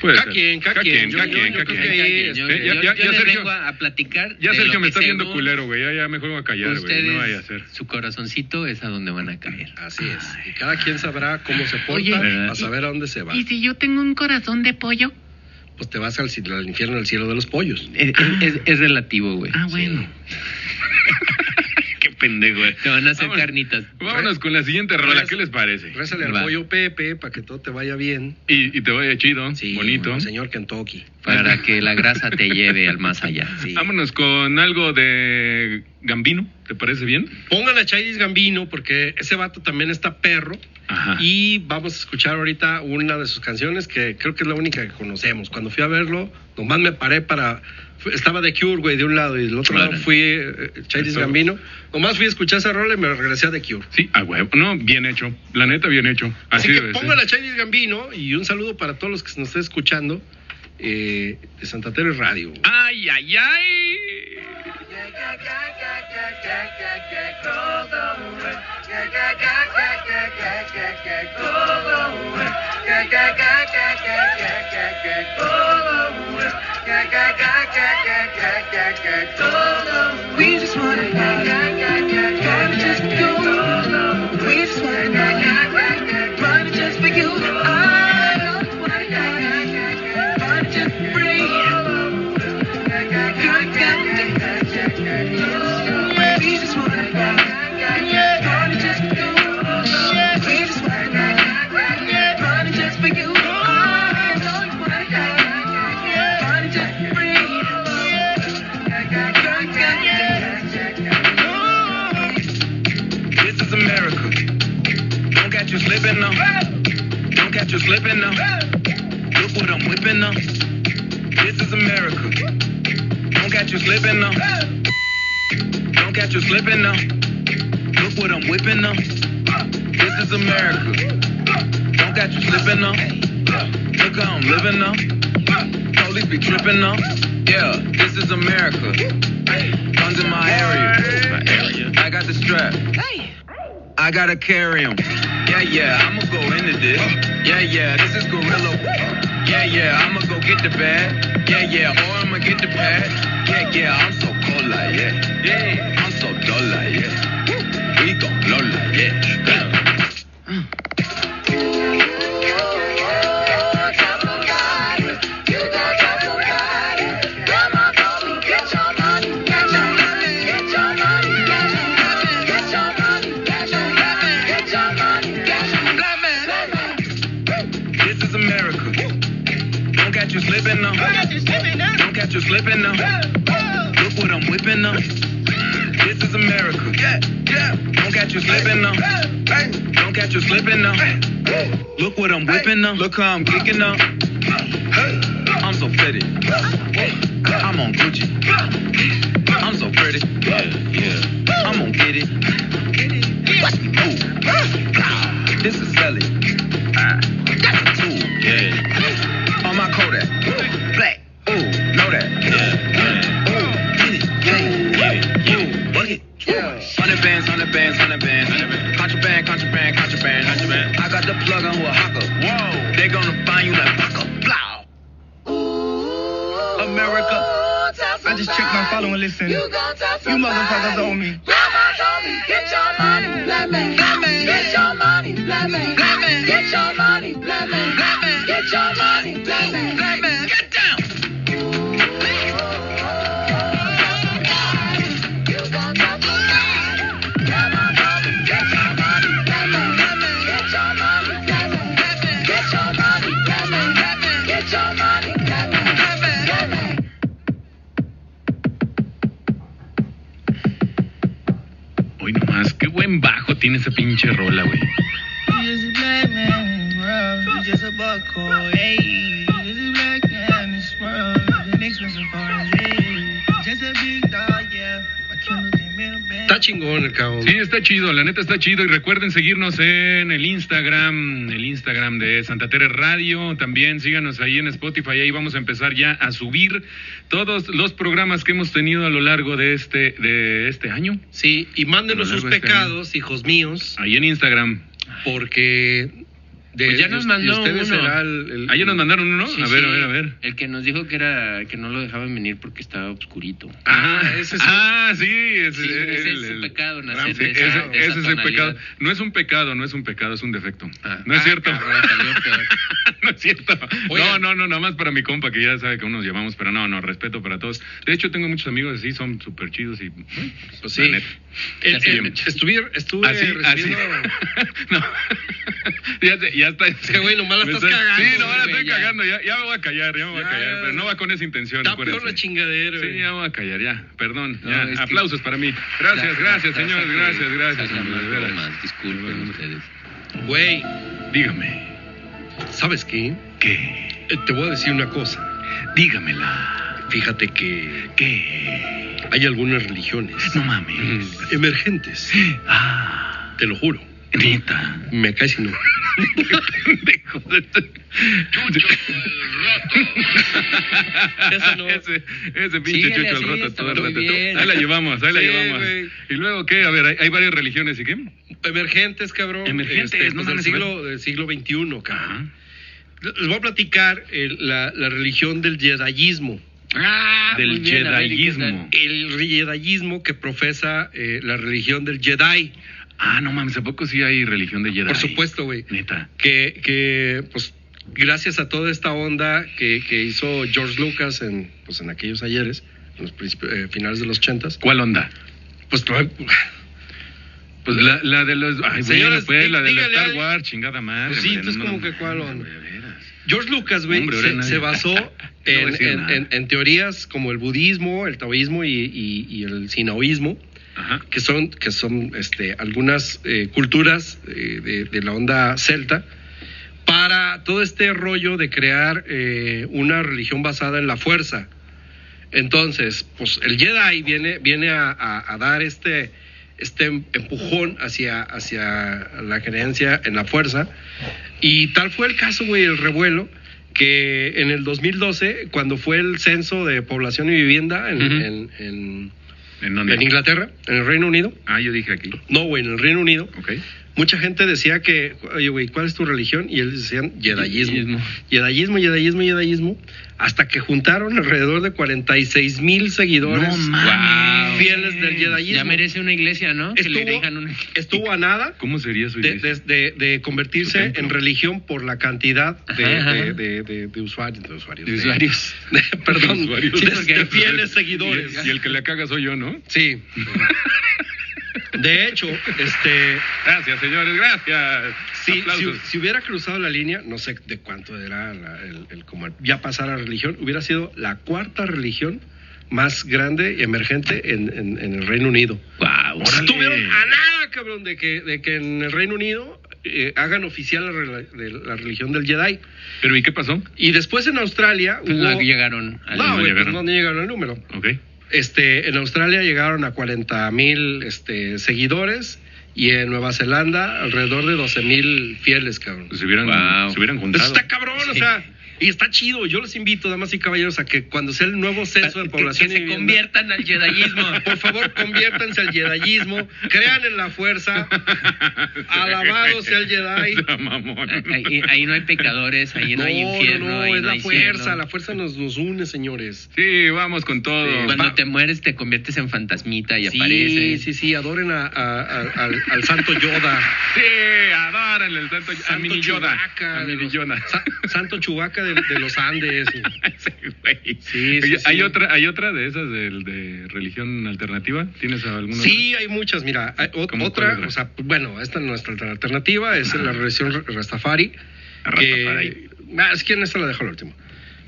Speaker 2: Puede
Speaker 3: Cada
Speaker 2: ser.
Speaker 3: quien, cada quien. Yo-
Speaker 2: cada
Speaker 3: yo-
Speaker 2: quien,
Speaker 3: yo
Speaker 2: cada
Speaker 3: creo
Speaker 2: quien.
Speaker 3: que ahí,
Speaker 1: Yo- yo-
Speaker 2: Eh, ya-
Speaker 1: yo-
Speaker 2: ya-
Speaker 1: yo
Speaker 2: ya,
Speaker 1: les
Speaker 2: Sergio-
Speaker 1: vengo a a platicar.
Speaker 2: Ya
Speaker 1: de
Speaker 2: Sergio
Speaker 1: lo
Speaker 2: me
Speaker 1: que
Speaker 2: está viendo
Speaker 1: según
Speaker 2: culero, güey. Ya, ya mejor me voy a callar, güey.
Speaker 1: Ustedes,
Speaker 2: No vaya a ser.
Speaker 1: su corazoncito es a donde van a caer.
Speaker 3: Así es. Y cada quien sabrá cómo se porta
Speaker 1: Oye,
Speaker 3: para
Speaker 1: y-
Speaker 3: saber a dónde se va.
Speaker 1: ¿Y si yo tengo un corazón de pollo?
Speaker 3: Pues te vas al, ci- al infierno, al cielo de los pollos.
Speaker 1: Es, es- es- es relativo, güey.
Speaker 4: Ah, bueno.
Speaker 2: Qué pendejo, güey.
Speaker 1: Te van a hacer
Speaker 2: Vámonos.
Speaker 1: carnitas.
Speaker 2: Vámonos con la siguiente rola. ¿Qué les parece?
Speaker 3: Résale al
Speaker 1: Va.
Speaker 3: pollo Pepe para que todo te vaya bien.
Speaker 2: Y, y te vaya chido, bonito.
Speaker 3: bueno, Señor Kentucky.
Speaker 1: Para que la grasa te lleve al más allá.
Speaker 3: Sí.
Speaker 2: Vámonos con algo de Gambino. ¿Te parece bien?
Speaker 3: Pongan a Childish Gambino porque ese vato también está perro.
Speaker 2: Ajá.
Speaker 3: Y vamos a escuchar ahorita una de sus canciones que creo que es la única que conocemos. Cuando fui a verlo, nomás me paré para. fue- Estaba de Cure, güey, de un lado y del otro lado
Speaker 1: Órale.
Speaker 3: fui eh, Childish
Speaker 2: Eso.
Speaker 3: Gambino. Nomás fui a escuchar esa rola y me regresé a The Cure.
Speaker 2: Sí, a huevo. No, bien hecho. La neta, bien hecho.
Speaker 3: Así,
Speaker 2: Así,
Speaker 3: que
Speaker 2: debe ser.
Speaker 3: pongan a Childish Gambino y un saludo para todos los que nos estén escuchando eh, de Santa Teresa Radio.
Speaker 2: ¡Ay, ay, ay!
Speaker 5: We just wanna party, just for you. We just wanna party, just for you. I don't wanna party, just free.
Speaker 6: This is America. Don't got you slipping now. Don't got you slipping now. Look what I'm whipping up. This is America. Don't got you slipping now. Don't got you slipping now. Look what I'm whipping up. This is America. Don't got you slipping now. Look how I'm living now. Police be tripping now. Yeah, this is America. Guns in my area. I got the strap. I gotta carry him. Yeah, yeah, I'ma go into this. Yeah, yeah, this is gorilla. Yeah, yeah, I'ma go get the bag. Yeah, yeah, or I'ma get the pad. Yeah, yeah, I'm so cold like yeah. Yeah, I'm so dull like yeah. We gon' blow like yeah. This is America. Don't got you slipping now. Don't got you slipping now. Look what I'm whipping up. This is America. Yeah, yeah. Don't got you slipping now. Don't got you slipping now. Look what I'm whipping up. Look how I'm kicking up. I'm so fitted. I'm on Gucci. I'm so pretty. I'm gonna get it. Watch me move. This is selling. That's a tool. On my Kodak. Black. Ooh, know that. Ooh, get it, get it, get it, ooh, bug it. Hundred bands, hundred bands, hundred bands. Contraband, contraband, contraband, contraband. I got the plug on who a hawker. Whoa, they gonna find you like Paco. Blah. America.
Speaker 5: I just checked my following listen. You motherfuckers owe me. Get your money, black man. Get your money, black man. Get your money, black man. Get your money, black man.
Speaker 6: Get down.
Speaker 2: Hoy nomás, qué buen bajo tiene esa pinche rola, güey.
Speaker 3: Está chingón el cabrón.
Speaker 2: Sí, está chido, la neta está chido. Y recuerden seguirnos en el Instagram, el Instagram de Santa Tere Radio. También síganos ahí en Spotify. Ahí vamos a empezar ya a subir todos los programas que hemos tenido a lo largo de este, de este año.
Speaker 3: Sí, y mándenos
Speaker 2: A lo
Speaker 3: sus
Speaker 2: largo de este
Speaker 3: pecados, hijos míos,
Speaker 2: Ahí en Instagram.
Speaker 3: porque de,
Speaker 1: Pues ya nos mandó
Speaker 3: de ustedes
Speaker 1: uno.
Speaker 3: será el, el-
Speaker 2: Ayer nos mandaron uno.
Speaker 1: Sí,
Speaker 2: a ver,
Speaker 1: sí,
Speaker 2: a ver, a ver.
Speaker 1: El que nos dijo que era que no lo dejaban venir porque estaba obscurito.
Speaker 2: Ah,
Speaker 3: ese
Speaker 2: ese
Speaker 3: es-
Speaker 2: es, ah, sí, ese,
Speaker 1: Sí, ese
Speaker 2: el-
Speaker 1: es su
Speaker 2: el-
Speaker 1: pecado, nacer
Speaker 2: Ramsey.
Speaker 1: de esa-
Speaker 2: Ese-
Speaker 1: de esa
Speaker 2: ese es el
Speaker 1: tonalidad.
Speaker 2: pecado. No es un pecado, no es un pecado, es un defecto.
Speaker 1: Ah.
Speaker 2: no es
Speaker 1: Ah,
Speaker 2: cierto.
Speaker 1: cabrón, salió peor.
Speaker 2: no es cierto.
Speaker 3: Oigan.
Speaker 2: No, no, no, nada más para mi compa que ya sabe que aún nos llamamos, pero no, no, respeto para todos. De hecho, tengo muchos amigos así, son súper chidos y.
Speaker 3: Pues sí.
Speaker 2: La neta.
Speaker 3: El-
Speaker 1: Así
Speaker 3: el-
Speaker 2: bien.
Speaker 3: estuve estuve
Speaker 2: Así, así.
Speaker 3: recibiendo-
Speaker 2: no. ya, te- ya está.
Speaker 3: que, güey, nomás la
Speaker 2: Me
Speaker 3: estás
Speaker 2: está-
Speaker 3: cagando,
Speaker 2: Sí, nomás la
Speaker 1: güey,
Speaker 2: estoy
Speaker 1: ya.
Speaker 2: cagando. Ya, ya me voy a callar, ya me voy a
Speaker 3: Ya,
Speaker 2: callar.
Speaker 3: ya.
Speaker 2: Pero no va con esa intención.
Speaker 3: Está peor
Speaker 2: acuérdense.
Speaker 3: la chingadera,
Speaker 2: Sí,
Speaker 3: güey.
Speaker 2: ya me voy a callar, ya. Perdón.
Speaker 1: No,
Speaker 2: ya.
Speaker 1: es que-
Speaker 2: Aplausos para mí. Gracias,
Speaker 1: Ya,
Speaker 2: gracias,
Speaker 1: ya,
Speaker 2: señores.
Speaker 1: ya,
Speaker 2: Gracias,
Speaker 1: ya,
Speaker 2: gracias.
Speaker 1: ya, ya,
Speaker 2: hombre, de
Speaker 1: bromas,
Speaker 2: veras.
Speaker 1: Disculpen ustedes.
Speaker 3: Güey,
Speaker 2: Dígame.
Speaker 3: ¿sabes qué?
Speaker 2: ¿Qué?
Speaker 3: Eh, Te voy a decir una cosa.
Speaker 2: Dígamela.
Speaker 3: Fíjate que
Speaker 2: ¿Qué?
Speaker 3: hay algunas religiones
Speaker 2: No mames.
Speaker 3: emergentes,
Speaker 2: Ah,
Speaker 3: te lo juro.
Speaker 2: neta.
Speaker 3: Me caes y no.
Speaker 2: Pendejo. Chucho el
Speaker 3: Ese
Speaker 2: roto.
Speaker 3: no.
Speaker 2: ese, ese pinche
Speaker 1: Síguele
Speaker 2: chucho
Speaker 1: así,
Speaker 2: el roto
Speaker 1: está
Speaker 2: todo el
Speaker 1: muy
Speaker 2: rato.
Speaker 1: bien.
Speaker 2: Ahí la llevamos, ahí la
Speaker 3: Sí,
Speaker 2: llevamos.
Speaker 3: güey.
Speaker 2: Y luego, ¿qué? A ver, hay, hay varias religiones, ¿y qué?
Speaker 3: Emergentes, cabrón.
Speaker 2: Emergentes,
Speaker 3: Este,
Speaker 2: no
Speaker 3: pues, del
Speaker 2: mames,
Speaker 3: siglo, del siglo XXI,
Speaker 2: ¿Ah?
Speaker 3: cabrón. Les voy a platicar el- la, la religión del jedayismo.
Speaker 1: Ah,
Speaker 2: Del
Speaker 1: muy bien, a ver, ¿y qué tal?
Speaker 2: jedayismo.
Speaker 3: El jedayismo que profesa eh, la religión del Jedi.
Speaker 2: Ah, no mames, ¿a poco sí hay religión de Jedi?
Speaker 3: Por supuesto, güey.
Speaker 2: Neta.
Speaker 3: que, que pues gracias a toda esta onda que, que hizo George Lucas en, pues, en aquellos ayeres, en los principi- eh, finales de los ochentas,
Speaker 2: ¿Cuál onda?
Speaker 3: pues no-
Speaker 2: Pues la, la de los. Ay,
Speaker 3: Señores,
Speaker 2: bueno, pues,
Speaker 3: dí-
Speaker 2: la de la
Speaker 3: dígale
Speaker 2: Star
Speaker 3: al-
Speaker 2: Wars, chingada madre.
Speaker 3: Pues sí,
Speaker 2: hombre,
Speaker 3: entonces,
Speaker 2: no,
Speaker 3: ¿cómo
Speaker 2: no,
Speaker 3: que cuál
Speaker 2: no,
Speaker 3: onda?
Speaker 2: de veras.
Speaker 3: George Lucas, güey,
Speaker 2: Hombre, ahora
Speaker 3: se,
Speaker 2: nadie-
Speaker 3: se basó
Speaker 2: voy a
Speaker 3: en,
Speaker 2: decir
Speaker 3: en-
Speaker 2: nada.
Speaker 3: en- en teorías como el budismo, el taoísmo y, y- y el sinaoísmo,
Speaker 2: Ajá.
Speaker 3: que son, que son este, algunas eh, culturas eh, de, de la onda celta, para todo este rollo de crear eh, una religión basada en la fuerza. Entonces, pues el Jedi viene, viene a, a- a dar este, este empujón hacia, hacia la creencia en la fuerza. Y tal fue el caso, güey, el revuelo, que en el 2012, cuando fue el censo de población y vivienda en-
Speaker 2: Ujú.
Speaker 3: en- en
Speaker 2: ¿En dónde?
Speaker 3: en Inglaterra, en el Reino Unido.
Speaker 2: Ah, yo dije aquí.
Speaker 3: No, güey, en el Reino Unido.
Speaker 2: Ok.
Speaker 3: Mucha gente decía que, oye, güey, ¿cuál es tu religión? Y ellos decían jedayismo.
Speaker 2: Yedayismo.
Speaker 3: Jedayismo, jedayismo, jedayismo. Hasta que juntaron alrededor de 46 mil seguidores
Speaker 2: mames.
Speaker 1: Wow.
Speaker 3: fieles del jedayismo.
Speaker 1: Ya merece una iglesia, ¿no? Que le dejan
Speaker 3: estuvo,
Speaker 1: una.
Speaker 3: estuvo a nada
Speaker 2: ¿Cómo sería su
Speaker 3: de,
Speaker 2: iglesia?
Speaker 3: de- de- de
Speaker 2: Su
Speaker 3: convertirse
Speaker 2: templo.
Speaker 3: en religión por la cantidad de,
Speaker 1: Ajá, ajá.
Speaker 3: de- de- de- de usuarios. De usuarios.
Speaker 2: De
Speaker 3: de-
Speaker 2: usuarios.
Speaker 3: de- perdón,
Speaker 2: Usuarios.
Speaker 3: sí,
Speaker 2: Sí,
Speaker 1: porque
Speaker 3: de
Speaker 1: hay-
Speaker 3: fieles seguidores.
Speaker 2: Y el que la caga soy yo, ¿no?
Speaker 3: Sí. De hecho, este,
Speaker 2: Gracias, señores, gracias.
Speaker 3: si, si,
Speaker 2: Aplausos.
Speaker 3: si hubiera cruzado la línea, no sé de cuánto era la- el, el como ya pasar a religión, hubiera sido la cuarta religión más grande y emergente en, en- en el Reino Unido.
Speaker 1: Wow.
Speaker 2: Órale.
Speaker 3: Estuvieron a nada, cabrón, de que, de que en el Reino Unido eh, hagan oficial la, rela- de la religión del Jedi.
Speaker 2: Pero ¿y qué pasó?
Speaker 3: Y después en Australia hubo-
Speaker 1: No llegaron al
Speaker 3: No,
Speaker 2: no
Speaker 3: güey, pues
Speaker 2: llegaron.
Speaker 3: no, no llegaron al número.
Speaker 2: Ok.
Speaker 3: Este, en Australia llegaron a 40 mil este, seguidores y en Nueva Zelanda alrededor de 12 mil fieles, cabrón.
Speaker 2: Pues se hubieran,
Speaker 1: Wow.
Speaker 2: se hubieran
Speaker 3: Eso
Speaker 2: juntado.
Speaker 3: Pues está cabrón, o
Speaker 1: Sí.
Speaker 3: sea, y está chido. Yo los invito, damas y caballeros, a que cuando sea el nuevo censo de
Speaker 1: Que-
Speaker 3: población
Speaker 1: que,
Speaker 3: y
Speaker 1: se
Speaker 3: vivienda,
Speaker 1: conviertan al jedayismo.
Speaker 3: por favor, conviértanse al jedayismo, crean en la fuerza. Alabado sea el Jedi.
Speaker 2: Sea mamón.
Speaker 1: Ahí, ahí no hay pecadores, ahí no, hay infierno.
Speaker 3: no,
Speaker 1: ahí
Speaker 3: es
Speaker 1: no
Speaker 3: la
Speaker 1: hay
Speaker 3: fuerza,
Speaker 1: cielo.
Speaker 3: la fuerza nos, nos une, señores.
Speaker 2: Sí, vamos con todo.
Speaker 1: Cuando
Speaker 2: Va-
Speaker 1: te mueres te conviertes en fantasmita y
Speaker 3: sí,
Speaker 1: apareces.
Speaker 3: sí, sí, adoren a- a- a- al, al santo Yoda.
Speaker 2: Sí, adárenle el santo, a
Speaker 3: Santo
Speaker 2: mini Yoda.
Speaker 3: Chubaca
Speaker 2: A
Speaker 3: de
Speaker 2: mini
Speaker 3: los-
Speaker 2: Yoda.
Speaker 3: Sa- Santo Chubaca de, de los Andes.
Speaker 2: Ese güey.
Speaker 3: Sí, sí,
Speaker 2: Oye,
Speaker 3: sí.
Speaker 2: ¿Hay, otra, ¿Hay otra de esas del- de, religión alternativa? ¿Tienes alguna?
Speaker 3: Sí, hay muchas. Mira, hay o-
Speaker 2: ¿Cómo
Speaker 3: otra,
Speaker 2: cuál otra?
Speaker 3: o sea, bueno, esta es nuestra alter- alternativa, es la religión r- Rastafari. Que,
Speaker 2: Rastafari.
Speaker 3: Ah, es que en esta la dejo al último.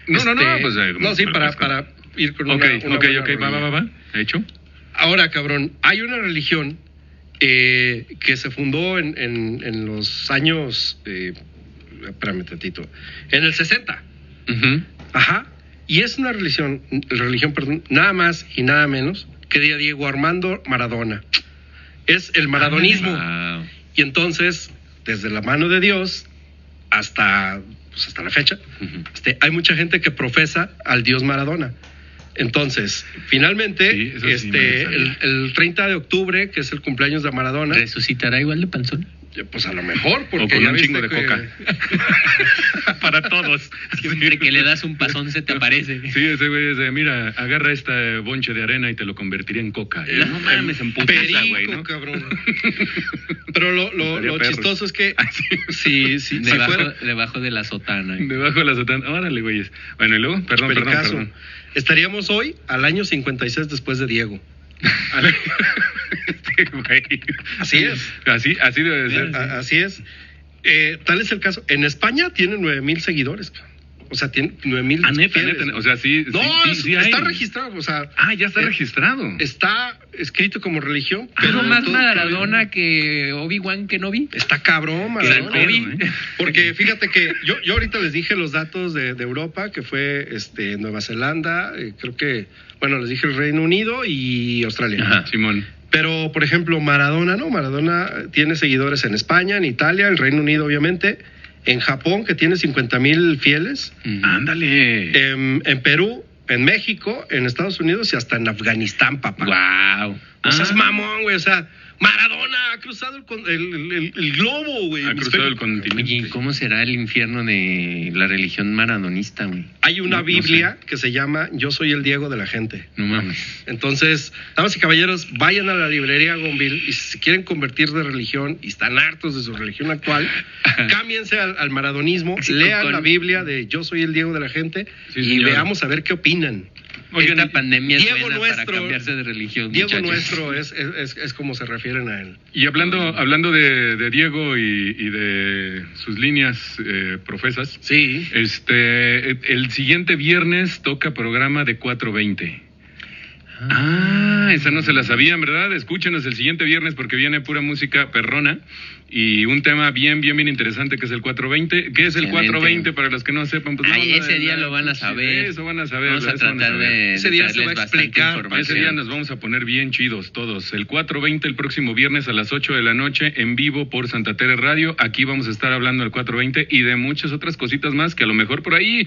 Speaker 2: No, no, no.
Speaker 3: Este,
Speaker 2: Pues, eh,
Speaker 3: no, sí,
Speaker 2: pues,
Speaker 3: para,
Speaker 2: pues,
Speaker 3: para ir con una-
Speaker 2: Ok,
Speaker 3: una
Speaker 2: ok,
Speaker 3: buena
Speaker 2: ok, va, va,
Speaker 3: reunión.
Speaker 2: va, va. Hecho.
Speaker 3: Ahora, cabrón, hay una religión eh, que se fundó en, en- en los años. Eh, espérame tantito. En el 60.
Speaker 2: Ujú.
Speaker 3: Ajá. Y es una religión, religión, perdón, nada más y nada menos que de Diego Armando Maradona. Es el maradonismo.
Speaker 2: Ah,
Speaker 1: Wow.
Speaker 3: Y entonces, desde la mano de Dios hasta, pues, hasta la fecha,
Speaker 2: Ujú.
Speaker 3: este, hay mucha gente que profesa al Dios Maradona. Entonces, finalmente,
Speaker 2: Sí, eso sí me
Speaker 3: este,
Speaker 2: lo sabía.
Speaker 3: el, el 30 de octubre, que es el cumpleaños de Maradona,
Speaker 1: ¿Resucitará igual de panzón?
Speaker 3: Pues a lo mejor, porque
Speaker 2: o con
Speaker 3: ya
Speaker 2: un
Speaker 3: viste
Speaker 2: chingo de
Speaker 3: que-
Speaker 2: coca. este Para todos.
Speaker 1: Siempre que le das un pasón se te aparece.
Speaker 2: Sí, ese güey es de, mira, agarra este bonche de arena y te lo convertiría en coca.
Speaker 1: Eh, no mames, en putiza,
Speaker 2: perico,
Speaker 1: güey,
Speaker 3: Perico, cabrón. Pero lo, lo,
Speaker 2: Estaría
Speaker 3: lo
Speaker 2: perro.
Speaker 3: chistoso es que
Speaker 2: Ah, sí.
Speaker 3: si, si, si
Speaker 1: Debajo,
Speaker 3: fuera
Speaker 1: debajo de la sotana.
Speaker 2: Debajo de la sotana. Órale, güeyes. Bueno, y luego, perdón, perdón,
Speaker 3: pericazo,
Speaker 2: perdón.
Speaker 3: estaríamos hoy al año 56 después de Diego.
Speaker 2: Ale- Este güey.
Speaker 3: Así es.
Speaker 2: Así, así debe de ser.
Speaker 3: A- así es. Eh, tal es el caso. En España tiene 9 mil seguidores. cabrón. O sea, tiene 9 mil.
Speaker 2: Ah, neta, neta, O sea, sí.
Speaker 3: no,
Speaker 2: sí, sí, sí hay.
Speaker 3: está registrado. O sea,
Speaker 2: Ah, ya está
Speaker 3: Eh,
Speaker 2: registrado.
Speaker 3: está escrito como religión.
Speaker 1: Pero
Speaker 3: Pero
Speaker 1: Ah, más
Speaker 3: todo-
Speaker 1: Maradona que Obi-Wan que no vi.
Speaker 3: Está cabrón,
Speaker 1: Gran
Speaker 3: Maradona.
Speaker 1: Obi.
Speaker 2: pedo, ¿eh?
Speaker 3: Porque fíjate que yo, yo ahorita les dije los datos de, de Europa, que fue este, Nueva Zelanda, eh, creo que, bueno, les dije el Reino Unido y Australia.
Speaker 1: Ajá.
Speaker 2: Simón.
Speaker 3: Pero, por ejemplo, Maradona, ¿no? Maradona tiene seguidores en España, en Italia, en Reino Unido, obviamente, en Japón, que tiene 50 mil fieles,
Speaker 2: Mm. Ándale.
Speaker 3: en, en Perú, en México, en Estados Unidos y hasta en Afganistán, papá.
Speaker 1: Wow.
Speaker 3: O
Speaker 1: Ah.
Speaker 2: Ah.
Speaker 3: sea, es mamón, güey. O sea, Maradona ha cruzado el, con- el- el- el- el globo, güey.
Speaker 2: ha cruzado el
Speaker 3: hemisferio.
Speaker 2: continente.
Speaker 1: Oye, ¿cómo será el infierno de la religión maradonista, güey?
Speaker 3: Hay una
Speaker 2: No, no
Speaker 3: Biblia que se llama Yo soy el Diego de la gente.
Speaker 1: No mames.
Speaker 3: Entonces, damas y caballeros, vayan a la librería Gonville y si se quieren convertir de religión y están hartos de su religión actual, cámbiense al, al maradonismo,
Speaker 1: Sí,
Speaker 3: lean
Speaker 1: con-
Speaker 3: la Biblia de Yo soy el Diego de la gente
Speaker 2: Sí,
Speaker 3: y
Speaker 2: señor.
Speaker 3: veamos a ver qué opinan.
Speaker 2: Oigan,
Speaker 1: Esta pandemia es
Speaker 3: Diego
Speaker 1: buena
Speaker 3: nuestro-
Speaker 1: para cambiarse de religión,
Speaker 3: Diego
Speaker 1: muchachos.
Speaker 3: nuestro es, es, es- es como se refieren a él.
Speaker 2: Y hablando, hablando de, de Diego y, y de sus líneas eh, profesas,
Speaker 3: Sí.
Speaker 2: este, el siguiente viernes toca programa de 4.20. Ah, esa no se la sabían, ¿verdad? Escúchenos el siguiente viernes porque viene pura música perrona y un tema bien, bien, bien interesante que es el 420. ¿Qué es el
Speaker 1: Excelente.
Speaker 2: 420 para los que no sepan? Pues,
Speaker 1: Ay,
Speaker 2: no, no,
Speaker 1: ese
Speaker 2: no,
Speaker 1: día
Speaker 2: no,
Speaker 1: lo van a saber.
Speaker 2: Eso van a saber.
Speaker 1: Vamos a
Speaker 2: eso van
Speaker 1: tratar
Speaker 2: saber.
Speaker 1: de.
Speaker 3: Ese día se
Speaker 1: traerles
Speaker 3: va a
Speaker 1: bastante
Speaker 3: explicar.
Speaker 1: información.
Speaker 2: Ese día nos vamos a poner bien chidos todos. El 4.20 el próximo viernes a las 8 de la noche en vivo por Santa Tere Radio. Aquí vamos a estar hablando del 4.20 y de muchas otras cositas más que a lo mejor por ahí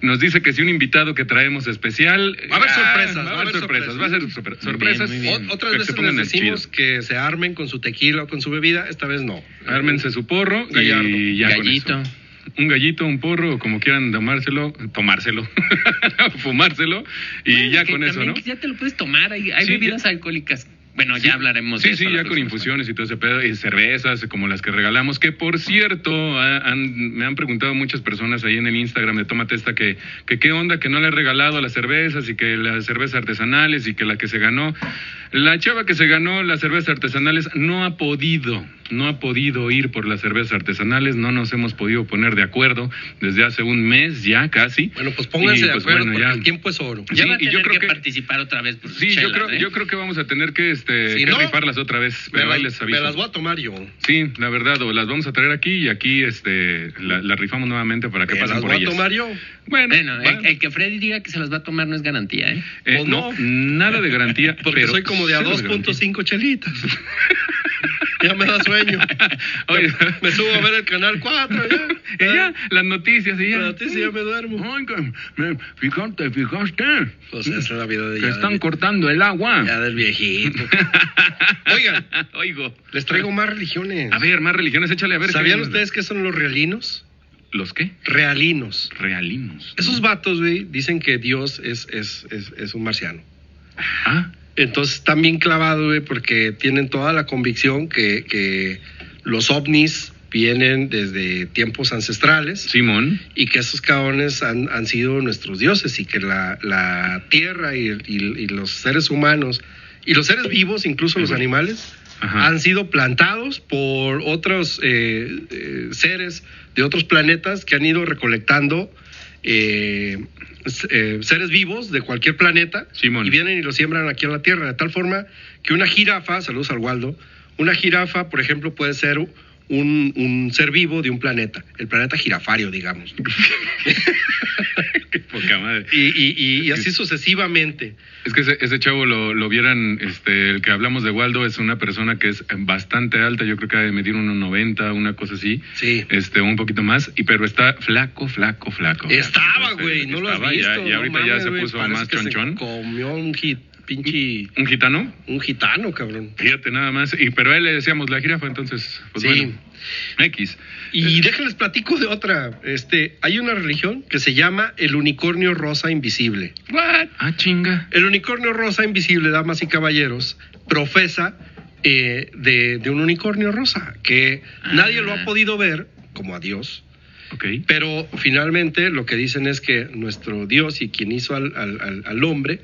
Speaker 2: nos dice que si un invitado que traemos especial...
Speaker 3: Va a haber
Speaker 2: Ah,
Speaker 3: sorpresas,
Speaker 2: Va a haber sorpresas, va a ser sorpre-
Speaker 1: Muy
Speaker 2: sorpresas.
Speaker 1: bien, muy bien.
Speaker 3: Ot- otras
Speaker 2: Pero se
Speaker 3: veces
Speaker 2: pongan
Speaker 3: les
Speaker 2: al
Speaker 3: decimos
Speaker 2: chido.
Speaker 3: que se armen con su tequila o con su bebida, esta vez no. Ah,
Speaker 2: Ármense su porro
Speaker 3: Gallardo.
Speaker 2: y ya con
Speaker 1: Gallito.
Speaker 2: eso. Un gallito, un porro, o como quieran tomárselo, tomárselo, fumárselo y ya
Speaker 1: Que
Speaker 2: con eso,
Speaker 1: también
Speaker 2: ¿no?
Speaker 1: que Ya te lo puedes tomar. Hay, hay
Speaker 2: Sí,
Speaker 1: bebidas alcohólicas. Bueno, ya hablaremos
Speaker 2: Sí,
Speaker 1: de eso.
Speaker 2: sí,
Speaker 1: la
Speaker 2: ya con
Speaker 1: próxima
Speaker 2: infusiones y todo ese pedo, y cervezas como las que regalamos, que por cierto, ha- han- me han preguntado muchas personas ahí en el Instagram de Tómate Esta que, que qué onda que no le he regalado a las cervezas y que las cervezas artesanales y que la que se ganó. La chava que se ganó las cervezas artesanales no ha podido, no ha podido ir por las cervezas artesanales, no nos hemos podido poner de acuerdo desde hace un mes ya casi.
Speaker 3: Bueno, pues pónganse
Speaker 2: Y,
Speaker 3: de
Speaker 2: pues,
Speaker 3: acuerdo
Speaker 2: bueno,
Speaker 3: porque
Speaker 2: ya.
Speaker 3: el tiempo es oro.
Speaker 1: semana. Ya
Speaker 2: Sí,
Speaker 1: va a
Speaker 2: y yo
Speaker 1: tener
Speaker 2: creo
Speaker 1: que,
Speaker 2: que-
Speaker 1: participar otra vez. Por sus
Speaker 2: Sí, yo,
Speaker 1: chelas,
Speaker 2: creo,
Speaker 1: ¿eh?
Speaker 2: yo creo que vamos a tener que, este,
Speaker 3: Si
Speaker 2: que
Speaker 3: no,
Speaker 2: rifarlas otra vez.
Speaker 3: Me,
Speaker 2: pero
Speaker 3: la-
Speaker 2: ahí les
Speaker 3: me
Speaker 2: aviso.
Speaker 3: las voy a tomar yo.
Speaker 2: Sí, la verdad, o las vamos a traer aquí y aquí este, la, la rifamos nuevamente para que
Speaker 3: Me
Speaker 2: pasen
Speaker 3: las
Speaker 2: por
Speaker 3: voy a
Speaker 2: ellas.
Speaker 3: tomar yo.
Speaker 2: Bueno,
Speaker 1: Bueno,
Speaker 2: va.
Speaker 1: el, el que Freddy diga que se las va a tomar no es garantía, ¿eh?
Speaker 2: Eh,
Speaker 3: o
Speaker 2: no,
Speaker 3: pues no.
Speaker 2: nada de garantía.
Speaker 3: Porque
Speaker 2: pero
Speaker 3: soy como de a
Speaker 2: cero garantía.
Speaker 3: 2.5 chelitas. ya me da sueño.
Speaker 2: Oye,
Speaker 3: Me subo a ver el canal 4. Ya, Ah,
Speaker 2: y ya, las noticias y ya.
Speaker 3: Las noticias, ya me duermo.
Speaker 2: Ay, que me- Fijaste, fijaste.
Speaker 3: Pues esa es la vida de
Speaker 2: que
Speaker 3: ya
Speaker 2: están
Speaker 3: del-
Speaker 2: cortando el agua.
Speaker 3: ya del viejito. Oigan,
Speaker 2: Oigo.
Speaker 3: les traigo más religiones.
Speaker 2: A ver, más religiones, échale a ver.
Speaker 3: ¿Sabían
Speaker 2: ¿qué-
Speaker 3: ustedes qué son los realinos?
Speaker 2: ¿Los qué?
Speaker 3: Realinos.
Speaker 2: Realinos.
Speaker 3: Esos vatos, güey, dicen que Dios es, es, es, es un marciano.
Speaker 2: Ah,
Speaker 3: Entonces están bien clavados, güey, porque tienen toda la convicción que, que los ovnis vienen desde tiempos ancestrales.
Speaker 2: Simón.
Speaker 3: y que esos cabrones han, han sido nuestros dioses y que la, la tierra y, y- y los seres humanos y los seres vivos, incluso los animales,
Speaker 2: Ajá.
Speaker 3: han sido plantados por otros eh, eh, seres de otros planetas que han ido recolectando eh, s- eh, seres vivos de cualquier planeta
Speaker 2: Simón.
Speaker 3: y vienen y los siembran aquí en la tierra, de tal forma que una jirafa, saludos al Waldo, una jirafa, por ejemplo, puede ser un, un ser vivo de un planeta, el planeta jirafario, digamos.
Speaker 2: Qué poca madre.
Speaker 3: Y, y- y- y así sucesivamente.
Speaker 2: Es que ese, ese chavo lo, lo vieran, este, el que hablamos de Waldo es una persona que es bastante alta, yo creo que ha de medir unos 90, una cosa así,
Speaker 3: Sí.
Speaker 2: este, un poquito más, y pero está flaco, flaco, flaco.
Speaker 3: Estaba,
Speaker 2: Este,
Speaker 3: güey, no lo has
Speaker 2: estaba,
Speaker 3: visto.
Speaker 2: Ya, y
Speaker 3: no
Speaker 2: ahorita ya
Speaker 3: mames,
Speaker 2: se
Speaker 3: güey,
Speaker 2: puso
Speaker 3: parece
Speaker 2: más
Speaker 3: que se
Speaker 2: chonchón.
Speaker 3: comió un hit pinche.
Speaker 2: ¿Un gitano?
Speaker 3: Un gitano, cabrón.
Speaker 2: Fíjate nada más. Y, pero a él le decíamos la jirafa, entonces, pues
Speaker 3: Sí.
Speaker 2: bueno. X.
Speaker 3: Y déjenles platico de otra. Este, hay una religión que se llama el unicornio rosa invisible.
Speaker 2: What? Ah, chinga.
Speaker 3: El unicornio rosa invisible, damas y caballeros, profesa eh, de, de un unicornio rosa, que nadie
Speaker 2: Ah.
Speaker 3: lo ha podido ver, como a Dios,
Speaker 2: Ok.
Speaker 3: pero finalmente lo que dicen es que nuestro Dios y quien hizo al, al- al- al hombre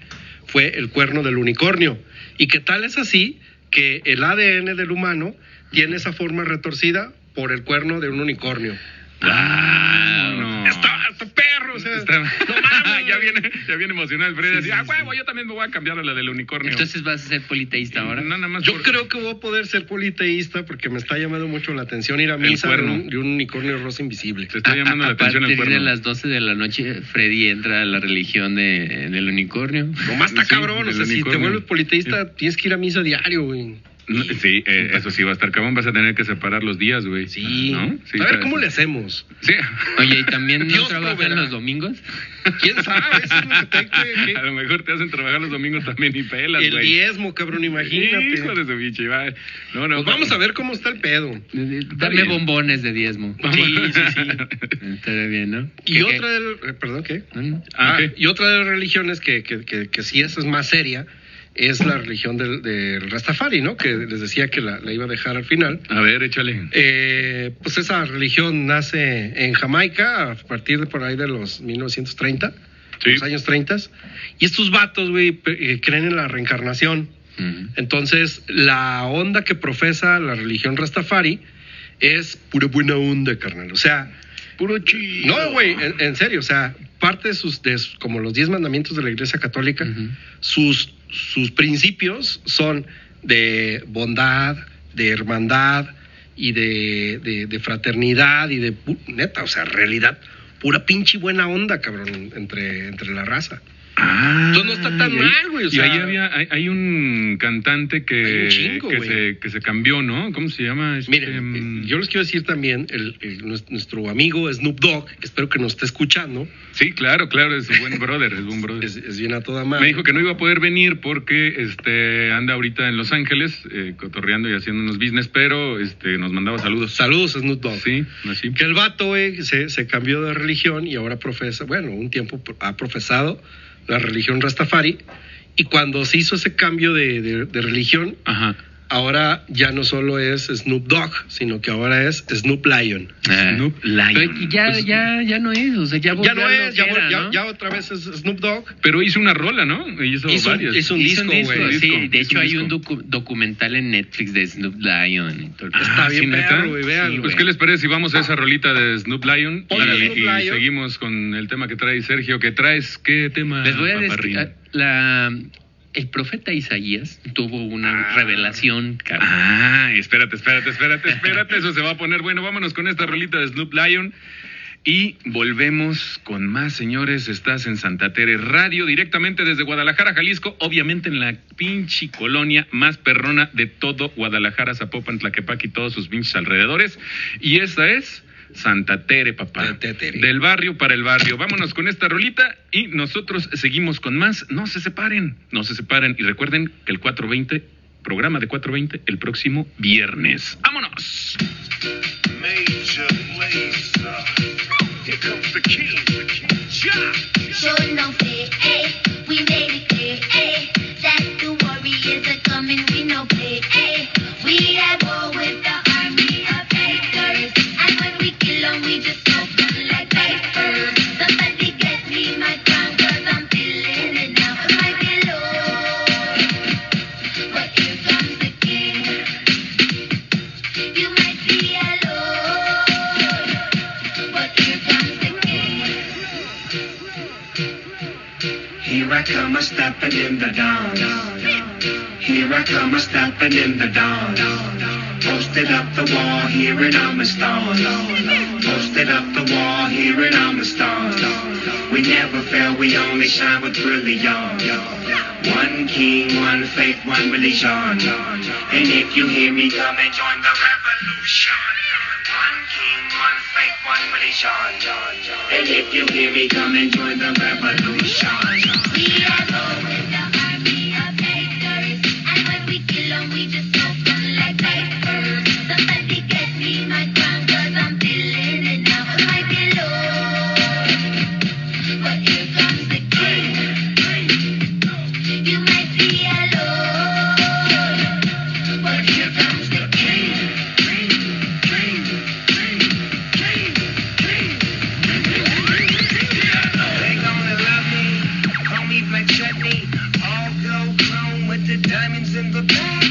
Speaker 3: fue el cuerno del unicornio. Y que tal es así que el ADN del humano tiene esa forma retorcida por el cuerno de un unicornio.
Speaker 2: Ah, no.
Speaker 3: Está, está perro, o sea,
Speaker 2: Está-
Speaker 3: no mames,
Speaker 2: ya, viene, ya viene emocionado el Freddy.
Speaker 1: Sí,
Speaker 2: así,
Speaker 1: sí,
Speaker 2: ah, huevo, yo también me voy a cambiar a la del unicornio.
Speaker 1: Entonces vas a ser politeísta ahora.
Speaker 2: No, nada más.
Speaker 3: Yo
Speaker 2: por-
Speaker 3: creo que voy a poder ser politeísta porque me está llamando mucho la atención ir a misa de
Speaker 2: cuerno.
Speaker 3: un, de un unicornio rosa invisible.
Speaker 2: Te está llamando
Speaker 1: a,
Speaker 2: la
Speaker 1: a
Speaker 2: atención el
Speaker 1: partir de
Speaker 2: cuerno.
Speaker 1: las 12 de la noche, Freddy entra a la religión de- del unicornio.
Speaker 3: Nomás está
Speaker 2: Sí,
Speaker 3: cabrón, o
Speaker 2: del
Speaker 3: sea, si te
Speaker 2: unicornio.
Speaker 3: vuelves politeísta tienes que ir a misa diario, güey.
Speaker 2: No, sí, eh, eso sí va a estar cabrón. Vas a tener que separar los días, güey.
Speaker 3: Sí.
Speaker 2: ¿No? Sí,
Speaker 3: a ver,
Speaker 2: está-
Speaker 3: ¿cómo le hacemos?
Speaker 2: Sí.
Speaker 1: Oye, ¿y también no
Speaker 3: Dios
Speaker 1: trabajan
Speaker 3: proveerá.
Speaker 1: los domingos?
Speaker 3: ¿Quién sabe? Ah, Eso es lo que te- que-
Speaker 2: A lo mejor te hacen trabajar los domingos también y pelas,
Speaker 3: el
Speaker 2: güey.
Speaker 3: diezmo, cabrón, imagínate.
Speaker 2: Hijo de su biche, va. No, no.
Speaker 3: Pues vamos a ver cómo está el pedo.
Speaker 1: Dame
Speaker 2: bien.
Speaker 1: bombones de diezmo.
Speaker 2: Vamos.
Speaker 1: Está bien, ¿no?
Speaker 3: Y
Speaker 1: ¿Qué-
Speaker 3: otra de eh, perdón, ¿qué?
Speaker 1: qué? ¿Mm?
Speaker 2: Ah,
Speaker 3: Ah,
Speaker 2: ok.
Speaker 3: Y otra de las religiones que, que, que, que sí esa es más seria es la religión del, del Rastafari, ¿no? Que les decía que la, la iba a dejar al final.
Speaker 2: A ver, échale.
Speaker 3: Eh, pues esa religión nace en Jamaica a partir de por ahí de los 1930,
Speaker 2: Sí.
Speaker 3: los años 30. Y estos vatos, güey, pe- eh, creen en la reencarnación.
Speaker 1: Mm.
Speaker 3: Entonces, la onda que profesa la religión Rastafari es pura buena onda, carnal. O sea,
Speaker 2: Puro chido.
Speaker 3: no, güey, en, en serio, o sea, parte de sus, de sus- como los diez mandamientos de la Iglesia Católica,
Speaker 1: Ujú.
Speaker 3: sus, sus principios son de bondad, de hermandad y de, de- de fraternidad y de, pu- neta, o sea, realidad, pura pinche buena onda, cabrón, entre, entre la raza.
Speaker 2: Ah,
Speaker 3: Entonces no está tan
Speaker 2: y ahí-
Speaker 3: mal, güey, o sea.
Speaker 2: y ahí había, hay, hay un cantante
Speaker 3: Hay
Speaker 2: que,
Speaker 3: un chingo,
Speaker 2: que,
Speaker 3: güey.
Speaker 2: se, que se cambió, ¿no? ¿Cómo se llama? Este,
Speaker 3: Miren,
Speaker 1: Em,
Speaker 2: mm,
Speaker 3: eh, yo les quiero decir también, el- el- nues- nuestro amigo Snoop Dogg, que espero que nos esté escuchando,
Speaker 2: Sí, claro, claro, es un buen brother, es buen brother.
Speaker 3: es, es bien a toda madre.
Speaker 2: Me dijo que no iba a poder venir porque este anda ahorita en Los Ángeles eh, cotorreando y haciendo unos business, pero este nos mandaba saludos.
Speaker 3: Saludos, Snoop Dogg.
Speaker 2: Sí, así.
Speaker 3: Que el vato, güey, se, se cambió de religión y ahora profesa, bueno, un tiempo pro- ha profesado la religión Rastafari. Y cuando se hizo ese cambio de, de- de religión,
Speaker 2: Ajá.
Speaker 3: Ah, ahora ya no solo es Snoop Dogg, sino que ahora es Snoop Lion.
Speaker 1: Ah.
Speaker 2: Snoop Lion.
Speaker 1: Pero aquí ya,
Speaker 2: Pues-
Speaker 1: ya, ya no es, o sea, ya volvió
Speaker 3: Ya no
Speaker 1: a lo
Speaker 3: es, ya,
Speaker 1: que
Speaker 3: vol-
Speaker 1: era,
Speaker 3: ya-
Speaker 1: ¿no?
Speaker 3: ya otra vez es Snoop Dogg.
Speaker 2: Pero hizo una rola, ¿no? Hizo,
Speaker 3: Hizo un-
Speaker 2: varias.
Speaker 3: hizo un
Speaker 1: Hizo
Speaker 3: disco, güey.
Speaker 1: sí,
Speaker 2: Disco,
Speaker 1: de
Speaker 2: hizo
Speaker 1: hecho
Speaker 2: un
Speaker 1: hay
Speaker 2: disco.
Speaker 1: un docu- documental en Netflix de Snoop Lion. y todo Ah, el pedo.
Speaker 3: Está bien
Speaker 2: ¿neta?
Speaker 3: perro, güey, véanlo,
Speaker 2: Pues,
Speaker 3: güey.
Speaker 2: ¿qué les parece si vamos a esa rolita de Snoop Lion? Y,
Speaker 3: Ponle Snoop
Speaker 2: y
Speaker 3: Lion.
Speaker 2: seguimos con el tema que trae Sergio. ¿Qué traes? ¿Qué tema?
Speaker 1: Les voy a
Speaker 2: paparrín?
Speaker 1: decir, ah, la, el profeta Isaías tuvo una
Speaker 2: Ah.
Speaker 1: revelación, cabrón.
Speaker 2: Ah, espérate, espérate, espérate, espérate. Eso se va a poner. Bueno, vámonos con esta rolita de Snoop Lion. Y volvemos con más, señores. Estás en Santa Tere Radio, directamente desde Guadalajara, Jalisco. Obviamente en la pinche colonia más perrona de todo Guadalajara, Zapopan, Tlaquepaque y todos sus pinches alrededores. Y esta es Santa Tere, papá.
Speaker 3: Santa Tere.
Speaker 2: Del barrio para el barrio. Vámonos con esta rolita y nosotros seguimos con más. No se separen, no se separen. Y recuerden que el 420, programa de 420, el próximo viernes. ¡Vámonos!
Speaker 6: Major Lazer. Here comes the king. Ja!
Speaker 4: Sure no fear, ayy. We made it clear, ayy. That the warriors are coming, we no play, ayy. We at war with the army of haters. And when we kill 'em, we just smoke 'em like vapors. Somebody get me my crown, cause I'm feeling it now. My beloved. But here comes the king. You might be alone, but here comes the king.
Speaker 6: Here I come a stepping in the dawn. Here I come a stepping in the dawn. Posted up the wall, here and I'm a star. Posted up the wall, here and I'm a star. We never fail, we only shine with brilliance. One king, one faith, one religion. And if you hear me, come and join the revolution. One king, one faith, one religion. And if you hear me, come and join the revolution.
Speaker 4: We are rolling the army of
Speaker 6: sweet like chutney. All gold chrome with the diamonds in the back.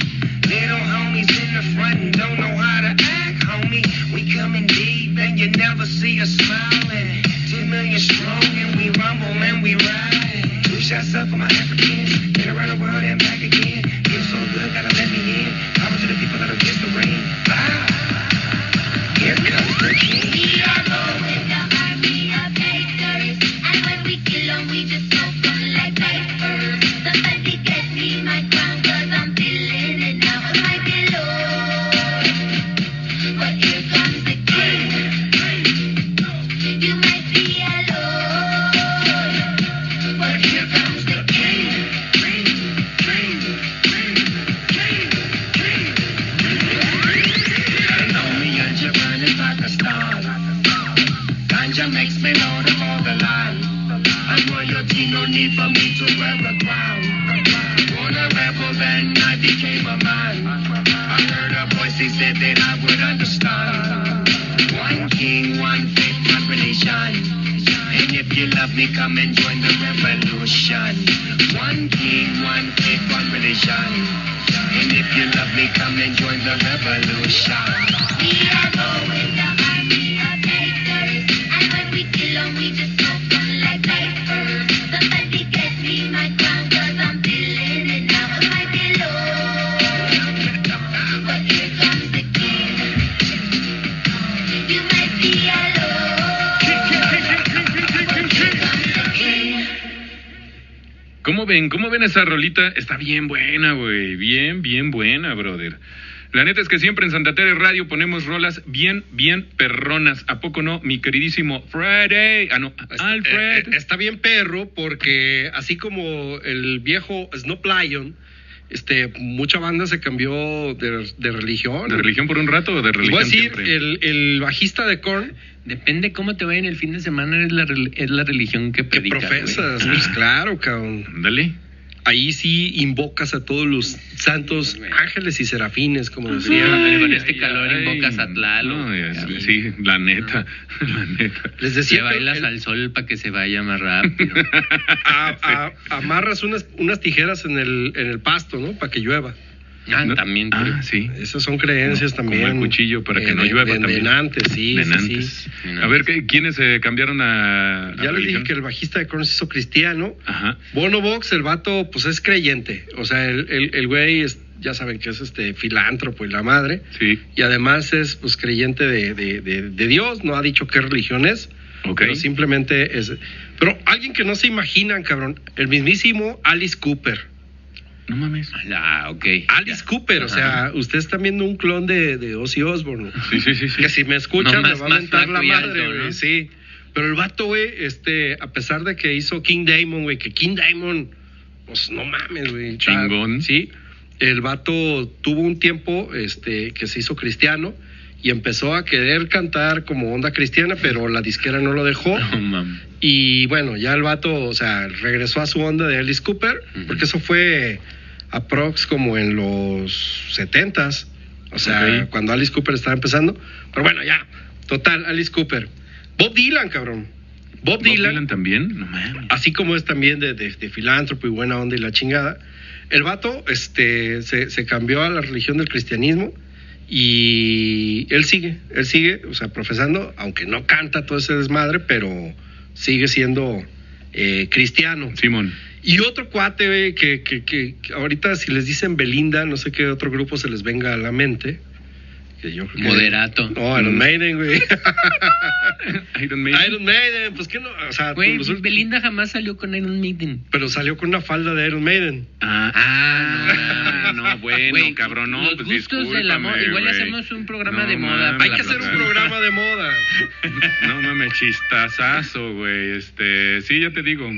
Speaker 6: Little homies in the front and don't know how to act, homie. We coming deep and you never see us smiling. Ten million strong and we rumble and we ride. Two shots up for my Africans. Been around the world and back again. Feel so good, gotta let me in. Promise to the people that'll kiss the rain. Bye. Here comes the king.
Speaker 4: We are going with the army of haters, and when we kill 'em, we just smoke 'em like papers. Somebody get me my crown, 'cause I'm feeling it now with my pillow. But here comes the king. You might be alone, but here comes the king.
Speaker 6: Ganja makes me know the more the line. I'm royalty, no need for me to wear a crown. Born a rebel, then I became a man. I heard a voice, he said that I would understand. One king, one faith, one religion. And if you love me, come and join the revolution. One king, one faith, one religion. And if you love me, come and join the revolution.
Speaker 4: We are going the army of haters, and when we kill 'em, we just smoke 'em like papers. Somebody get me my crown, 'cause I'm feeling it now with my pillow. But here comes the king. You might be alone.
Speaker 2: ¿Cómo ven? ¿Cómo ven esa rolita? Está bien buena, güey. Bien, bien buena, brother. La neta es que siempre en Santa Tere Radio ponemos rolas bien, bien perronas. ¿A poco no, mi queridísimo Friday? Ah, no,
Speaker 3: Eh,
Speaker 2: Alfred.
Speaker 3: eh, está bien perro porque así como el viejo Snow Lion, este, mucha banda se cambió de, de religión.
Speaker 2: ¿De religión por un rato o de
Speaker 3: Y
Speaker 2: religión
Speaker 3: Voy a decir,
Speaker 2: siempre?
Speaker 3: el, el bajista de Korn
Speaker 1: Depende cómo te vaya en el fin de semana, es la, rel- es la religión que
Speaker 3: que
Speaker 1: predicas. güey.
Speaker 3: profesas,
Speaker 1: Ah,
Speaker 3: pues claro, cabrón.
Speaker 2: Ándale.
Speaker 3: Ahí sí invocas a todos los santos ángeles y serafines, como decía.
Speaker 1: Ay, con este calor invocas a Tlaloc,
Speaker 2: No, es-
Speaker 1: cabrón.
Speaker 2: sí, la neta. La neta.
Speaker 3: Les
Speaker 1: Le
Speaker 3: decía, que
Speaker 1: bailas
Speaker 3: el-
Speaker 1: al sol para que se vaya más rápido.
Speaker 3: a- a- amarras unas, unas tijeras en el, en el pasto, ¿no? Para que llueva.
Speaker 1: Ah,
Speaker 2: No-
Speaker 1: también.
Speaker 2: Ah, sí.
Speaker 3: Esas son creencias
Speaker 2: Como
Speaker 3: también.
Speaker 2: el cuchillo para que
Speaker 3: Eh,
Speaker 2: no
Speaker 3: de-
Speaker 2: llueva
Speaker 3: de-
Speaker 2: también.
Speaker 3: De Nantes, sí,
Speaker 2: De
Speaker 3: sí,
Speaker 2: Nantes.
Speaker 3: sí.
Speaker 1: sí.
Speaker 2: A ver, ¿qué- ¿quiénes se cambiaron a,
Speaker 3: Ya
Speaker 2: a
Speaker 3: les dije
Speaker 2: religión?
Speaker 3: que el bajista de Korn se hizo cristiano.
Speaker 2: Ajá.
Speaker 3: Bono Box, el vato, pues es creyente. O sea, el, el, el güey, es- ya saben que es este filántropo y la madre.
Speaker 2: Sí.
Speaker 3: Y además es pues creyente de, de- de- de Dios, no ha dicho qué religión es.
Speaker 2: Ok.
Speaker 3: Pero simplemente es. Pero alguien que no se imaginan, cabrón, el mismísimo Alice Cooper.
Speaker 2: No mames.
Speaker 1: Ah, ok.
Speaker 3: Alice Cooper, o sea,
Speaker 1: Ajá.
Speaker 3: ustedes están viendo un clon de, de Ozzy Osbourne.
Speaker 2: Sí, sí, sí. sí.
Speaker 3: Que si me escuchan,
Speaker 1: No, más-
Speaker 3: me va
Speaker 1: más
Speaker 3: a mentar la
Speaker 1: flaco y alto,
Speaker 3: madre, güey.
Speaker 1: ¿no?
Speaker 3: Sí. Pero el vato, güey, este, a pesar de que hizo King Diamond, güey, que King Diamond, pues no mames, güey. está-
Speaker 2: Chingón.
Speaker 3: Sí. El vato tuvo un tiempo este, que se hizo cristiano y empezó a querer cantar como onda cristiana, pero la disquera no lo dejó.
Speaker 1: No mames.
Speaker 3: Y bueno, ya el vato, o sea, regresó a su onda de Alice Cooper,
Speaker 1: Ujú.
Speaker 3: porque eso fue aprox como en los 70s, o sea,
Speaker 2: Ok.
Speaker 3: cuando Alice Cooper estaba empezando. Pero bueno, ya, total, Alice Cooper. Bob Dylan, cabrón. Bob,
Speaker 2: Bob
Speaker 3: Dylan,
Speaker 2: Dylan también. No mames.
Speaker 3: así como es también de, de- de filántropo y buena onda y la chingada, el vato este, se, se cambió a la religión del cristianismo. Y él sigue, él sigue, o sea, profesando, aunque no canta todo ese desmadre, pero sigue siendo eh, cristiano.
Speaker 2: Simón.
Speaker 3: Y otro cuate güey, que, que- que- que ahorita si les dicen Belinda, no sé qué otro grupo se les venga a la mente. Que yo creo que-
Speaker 1: Moderato. Mm.
Speaker 3: No, Iron Maiden, güey.
Speaker 2: Iron Maiden.
Speaker 3: Iron Maiden, pues que no, o sea,
Speaker 1: Güey,
Speaker 3: los ult-
Speaker 1: Belinda jamás salió con Iron Maiden.
Speaker 3: pero salió con una falda de Iron Maiden.
Speaker 2: Ah,
Speaker 1: Ah,
Speaker 2: no, bueno,
Speaker 1: Güey,
Speaker 2: cabrón, no,
Speaker 1: los
Speaker 2: pues
Speaker 1: gustos de la moda.
Speaker 2: discúlpame,
Speaker 1: Igual
Speaker 2: güey.
Speaker 1: hacemos un programa
Speaker 2: No
Speaker 1: de moda.
Speaker 2: mames,
Speaker 1: para
Speaker 3: Hay que
Speaker 1: la
Speaker 3: hacer un
Speaker 1: próxima.
Speaker 3: programa de moda.
Speaker 2: no mames, chistazazo, güey. Este, sí, ya te digo.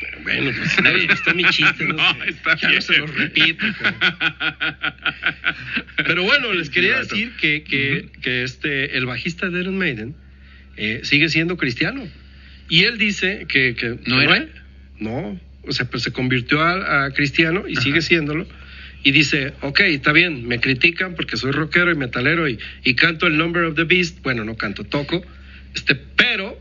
Speaker 3: Pero bueno, pues no les gustó mi chiste. No,
Speaker 2: No,
Speaker 3: sé.
Speaker 2: está
Speaker 3: ya
Speaker 2: bien.
Speaker 3: no se los repito. cabrón. Pero bueno, les quería
Speaker 2: Exacto.
Speaker 3: decir que, que, que este, el bajista de Iron Maiden eh, sigue siendo cristiano. Y él dice que... que
Speaker 1: ¿No
Speaker 3: que
Speaker 1: era?
Speaker 3: hay- No, o sea, pues se convirtió a, a cristiano y sigue siéndolo. Y dice, ok, está bien, me critican porque soy rockero y metalero y, y canto el Number of the Beast. Bueno, no canto, toco. Este, pero,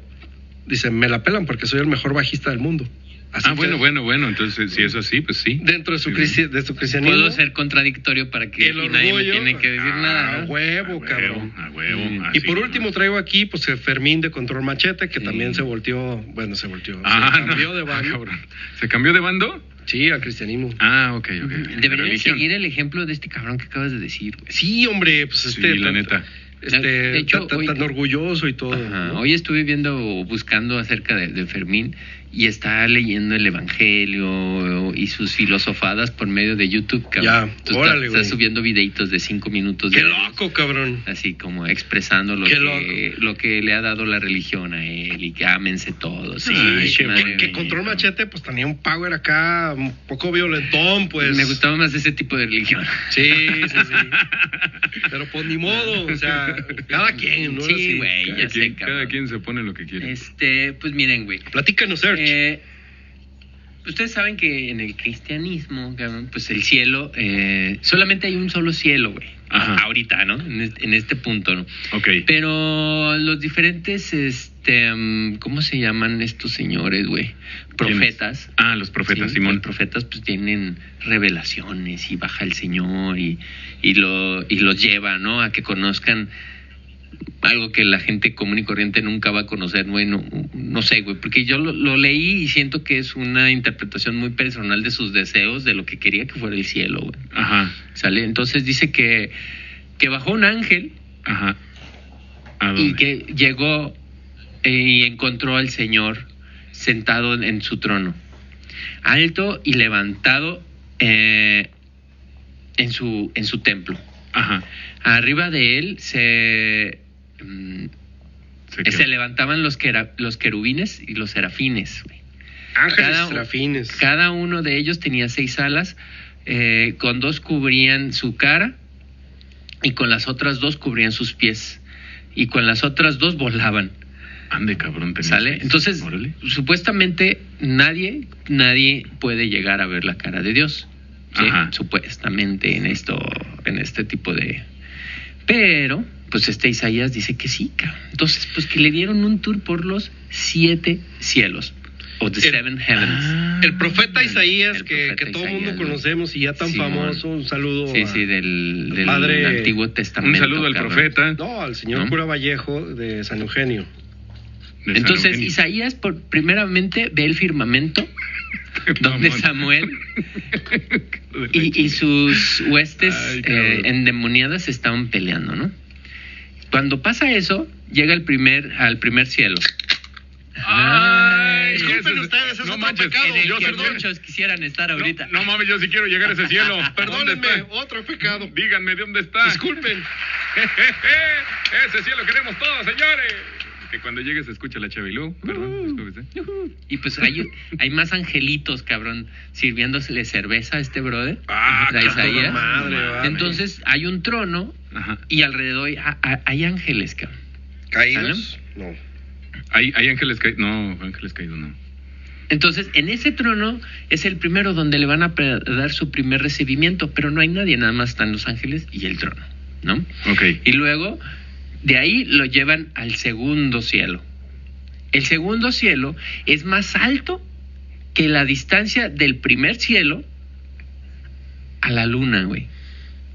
Speaker 3: dice, me la pelan porque soy el mejor bajista del mundo. Así
Speaker 2: Ah,
Speaker 3: que
Speaker 2: bueno, bueno, bueno. Entonces, si es así, pues sí.
Speaker 3: Dentro de su,
Speaker 2: Sí,
Speaker 3: cristi- de su cristianismo.
Speaker 1: Puedo ser contradictorio para que
Speaker 3: el
Speaker 1: nadie me
Speaker 3: orgullo-
Speaker 1: tiene que decir
Speaker 3: Ah,
Speaker 1: nada. ¿no?
Speaker 3: huevo,
Speaker 2: A
Speaker 3: cabrón.
Speaker 2: huevo, Mm. a huevo.
Speaker 3: Y
Speaker 2: así,
Speaker 3: por
Speaker 2: Ah, ¿no?
Speaker 3: último traigo aquí pues el Fermín de Control Machete que también se volteó, bueno, se volteó,
Speaker 2: Ah,
Speaker 3: se
Speaker 2: no.
Speaker 3: cambió de
Speaker 2: Ah,
Speaker 3: bando.
Speaker 2: cabrón. ¿Se cambió de bando?
Speaker 3: Sí, al cristianismo.
Speaker 2: Ah, ok, ok.
Speaker 1: Deberían
Speaker 2: Religión.
Speaker 1: Mm, seguir el ejemplo de este cabrón que acabas de decir, güey.
Speaker 3: Sí, hombre, pues
Speaker 2: Sí,
Speaker 3: este
Speaker 2: la
Speaker 3: tan-
Speaker 2: neta.
Speaker 3: Este,
Speaker 1: De hecho,
Speaker 3: tan- tan,
Speaker 1: hoy-
Speaker 3: tan orgulloso y todo.
Speaker 1: Ajá.
Speaker 3: ¿no?
Speaker 1: Hoy estuve viendo o buscando acerca de, de Fermín y está leyendo el Evangelio y sus filosofadas por medio de YouTube. cabrón.
Speaker 3: Ya,
Speaker 1: Entonces,
Speaker 3: órale,
Speaker 1: está,
Speaker 3: güey.
Speaker 1: está subiendo videitos de cinco minutos.
Speaker 3: Qué
Speaker 1: diarios,
Speaker 3: loco, cabrón.
Speaker 1: Así como expresando lo
Speaker 3: Qué
Speaker 1: que, lo que le ha dado la religión a él y que ámense todos. Sí,
Speaker 3: Ay,
Speaker 1: su
Speaker 3: que, que-
Speaker 1: madre
Speaker 3: que
Speaker 1: bendita.
Speaker 3: Control Machete pues tenía un power acá un poco violentón, pues.
Speaker 1: Me gustaba más ese tipo de religión.
Speaker 3: Sí, sí, sí. Pero pues ni modo, o sea, cada quien, ¿no?
Speaker 1: Sí,
Speaker 3: Así,
Speaker 1: güey,
Speaker 3: cada
Speaker 1: ya
Speaker 2: Cada quien-
Speaker 1: sé, cabrón.
Speaker 2: cada quien se pone lo que quiere.
Speaker 1: Este, pues miren, güey.
Speaker 3: Platícanos, Serge.
Speaker 1: Eh, ustedes saben que en el cristianismo, cabrón, pues el cielo, eh, solamente hay un solo cielo, güey.
Speaker 2: Ajá.
Speaker 1: A- Ahorita, ¿no? En este, en este punto, ¿no?
Speaker 2: Ok.
Speaker 1: Pero los diferentes, este, mm, ¿cómo se llaman estos señores, güey?
Speaker 2: ¿Quiénes?
Speaker 1: Profetas.
Speaker 2: Ah, los profetas,
Speaker 1: Sí,
Speaker 2: Simón.
Speaker 1: Los profetas pues tienen revelaciones y baja el Señor y, y, lo, y los lleva, ¿no? A que conozcan algo que la gente común y corriente nunca va a conocer, bueno, no sé, güey, porque yo lo, lo leí y siento que es una interpretación muy personal de sus deseos, de lo que quería que fuera el cielo, güey.
Speaker 2: Ajá,
Speaker 1: ¿Sale? Entonces dice que, que bajó un ángel
Speaker 2: ajá. ¿A
Speaker 1: y
Speaker 2: dónde?
Speaker 1: que llegó eh, y encontró al Señor sentado en- en su trono, alto y levantado eh, en, su, en su templo.
Speaker 2: Ajá.
Speaker 1: Arriba de él se, mm,
Speaker 2: Se
Speaker 1: se levantaban los, quera- los querubines y los serafines. güey.
Speaker 3: Ángeles
Speaker 1: cada-
Speaker 3: serafines.
Speaker 1: Cada uno de ellos tenía seis alas, eh, con dos cubrían su cara y con las otras dos cubrían sus pies y con las otras dos volaban.
Speaker 2: Ande, cabrón, tenía
Speaker 1: ¿Sale?
Speaker 2: seis.
Speaker 1: Entonces,
Speaker 2: Órale.
Speaker 1: supuestamente nadie, nadie puede llegar a ver la cara de Dios. ¿sí?
Speaker 2: Ajá.
Speaker 1: Supuestamente en esto, en este tipo de. Pero, pues este Isaías dice que sí, cabrón. Entonces, pues que le dieron un tour por los siete cielos. O the
Speaker 3: El- Ah,
Speaker 1: seven heavens.
Speaker 3: El profeta Isaías,
Speaker 1: El
Speaker 3: que,
Speaker 1: profeta
Speaker 3: que todo el
Speaker 1: Isaías,
Speaker 3: mundo
Speaker 1: güey.
Speaker 3: conocemos y ya tan
Speaker 1: Simón.
Speaker 3: famoso, un saludo
Speaker 1: Sí,
Speaker 3: a-
Speaker 1: sí, del, del
Speaker 3: Padre-
Speaker 1: Antiguo
Speaker 2: Un
Speaker 1: Testamento.
Speaker 2: saludo al
Speaker 1: cabrón.
Speaker 2: profeta.
Speaker 3: no, al señor
Speaker 1: ¿No?
Speaker 3: cura Vallejo de San Eugenio.
Speaker 2: de San
Speaker 1: Entonces,
Speaker 2: Eugenio.
Speaker 1: Isaías, por, primeramente, ve el firmamento donde
Speaker 2: Mamón.
Speaker 1: Samuel Y, y sus huestes
Speaker 2: Ay, cabrón.
Speaker 1: eh, endemoniadas estaban peleando, ¿no? Cuando pasa eso, llega el primer, al primer cielo.
Speaker 2: Ay,
Speaker 3: Disculpen
Speaker 2: ese es-
Speaker 3: ustedes, ese es
Speaker 2: no
Speaker 3: otro
Speaker 2: manches,
Speaker 3: pecado.
Speaker 1: En el
Speaker 2: yo
Speaker 1: que
Speaker 2: perdón.
Speaker 1: muchos quisieran estar ahorita.
Speaker 2: No, no mames, yo sí quiero llegar a ese cielo.
Speaker 3: Perdónenme,
Speaker 2: Perdónenme.
Speaker 3: otro pecado.
Speaker 2: Díganme de dónde está.
Speaker 3: Disculpen.
Speaker 2: ese cielo queremos todos, señores. Que cuando llegue se escucha la Chavilú.
Speaker 1: Uh.
Speaker 2: Perdón, discúlpese.
Speaker 1: Y pues hay, hay más angelitos, cabrón, sirviéndosele cerveza a este brother.
Speaker 2: Ah,
Speaker 1: a Isaías.
Speaker 3: cabrón, madre, va,
Speaker 1: Entonces hay un trono
Speaker 2: Ajá.
Speaker 1: y alrededor hay, a- hay ángeles, cabrón.
Speaker 3: Caídos. No.
Speaker 2: Hay, hay ángeles caídos. No, ángeles caídos no.
Speaker 1: Entonces, en ese trono es el primero donde le van a pre- dar su primer recibimiento, pero no hay nadie, nada más están los ángeles y el trono, ¿no?
Speaker 2: Ok.
Speaker 1: Y luego, de ahí lo llevan al segundo cielo. El segundo cielo es más alto que la distancia del primer cielo a la luna, güey.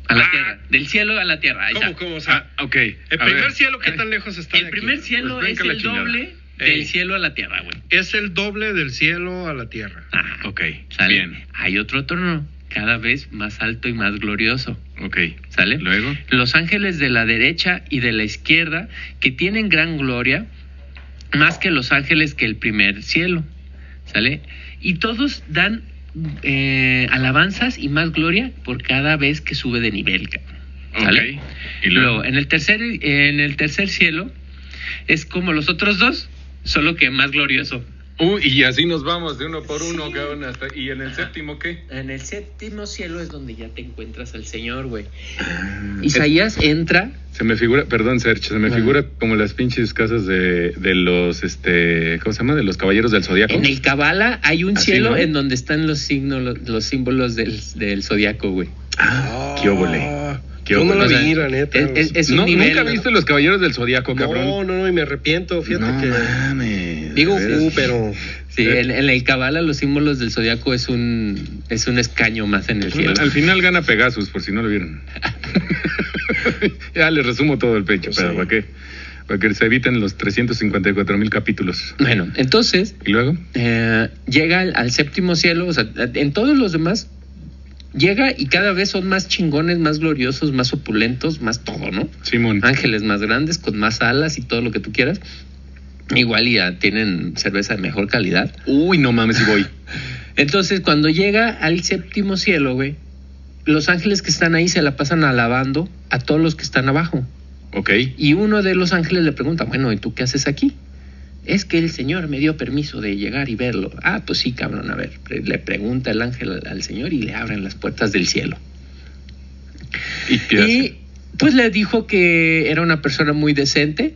Speaker 1: A la
Speaker 3: Ah.
Speaker 1: Tierra. Del cielo a la Tierra. ahí está.
Speaker 3: ¿Cómo, cómo? O sea,
Speaker 2: Ah, ok.
Speaker 3: el
Speaker 2: A
Speaker 3: primer
Speaker 2: ver.
Speaker 3: cielo, ¿qué tan lejos está? de
Speaker 1: El
Speaker 3: aquí?
Speaker 1: primer cielo
Speaker 2: Pues
Speaker 1: es
Speaker 2: brinca la
Speaker 1: el
Speaker 2: chingada.
Speaker 1: doble
Speaker 3: Ey.
Speaker 1: del cielo a la Tierra, güey.
Speaker 3: Es el doble del cielo a la tierra.
Speaker 1: Ah.
Speaker 2: Ok.
Speaker 1: ¿Sale?
Speaker 2: Bien.
Speaker 1: Hay otro trono, cada vez más alto y más glorioso.
Speaker 2: Ok.
Speaker 1: ¿Sale?
Speaker 2: Luego.
Speaker 1: Los ángeles de la derecha y de la izquierda, que tienen gran gloria, más que los ángeles que el primer cielo. ¿Sale? Y todos dan eh, alabanzas y más gloria por cada vez que sube de nivel. cabrón,
Speaker 2: Ok.
Speaker 1: ¿Sale?
Speaker 2: Y luego.
Speaker 1: Luego, en el tercer, en el tercer cielo, es como los otros dos, solo que más glorioso.
Speaker 2: Uy, y así nos vamos de uno por uno, cabrón. Hasta... ¿Y en el séptimo qué?
Speaker 1: En el séptimo cielo es donde ya te encuentras al Señor, güey. Isaías entra.
Speaker 2: Se me figura, perdón, Sergio, se me figura como las pinches casas de, de los, este, ¿cómo se llama? De los caballeros del zodiaco.
Speaker 1: En el Kabbalah hay un
Speaker 2: Así,
Speaker 1: cielo
Speaker 2: ¿no?
Speaker 1: en donde están los signos, los, los símbolos del, del zodiaco, güey.
Speaker 2: Ah, qué óvole.
Speaker 3: Ah,
Speaker 2: Qué
Speaker 3: yo no
Speaker 2: óvole.
Speaker 3: la
Speaker 1: O sea,
Speaker 3: vi, la neta.
Speaker 1: es- es- es un
Speaker 2: No,
Speaker 1: nivel,
Speaker 2: nunca
Speaker 1: ¿no?
Speaker 2: viste los caballeros del zodiaco,
Speaker 3: no,
Speaker 2: cabrón.
Speaker 3: Oh, no, no, y me arrepiento, fíjate
Speaker 2: No
Speaker 3: que...
Speaker 2: mames.
Speaker 3: Digo,
Speaker 2: de veras.
Speaker 3: uh, pero...
Speaker 1: Sí, en, en el Kabbalah los símbolos del zodiaco es un es un escaño más en el cielo.
Speaker 2: Al final gana Pegasus, por si no lo vieron. ya les resumo todo el pecho, pero ¿para qué? Para que se eviten los 354 mil capítulos.
Speaker 1: Bueno, entonces
Speaker 2: ¿Y luego?
Speaker 1: eh, llega al, al séptimo cielo, o sea, en todos los demás llega y cada vez son más chingones, más gloriosos, más opulentos, más todo, ¿no?
Speaker 2: Simón.
Speaker 1: Ángeles más grandes, con más alas y todo lo que tú quieras. Igual ya tienen cerveza de mejor calidad.
Speaker 2: Uy, no mames, y voy.
Speaker 1: Entonces, cuando llega al séptimo cielo, güey, los ángeles que están ahí se la pasan alabando a todos los que están abajo.
Speaker 2: Ok.
Speaker 1: Y uno de los ángeles le pregunta, bueno, ¿y tú qué haces aquí? Es que el Señor me dio permiso de llegar y verlo. Ah, pues sí, cabrón, a ver. Le pregunta el ángel al- al Señor y le abren las puertas del cielo.
Speaker 2: ¿Y qué hace?
Speaker 1: Y pues le dijo que era una persona muy decente,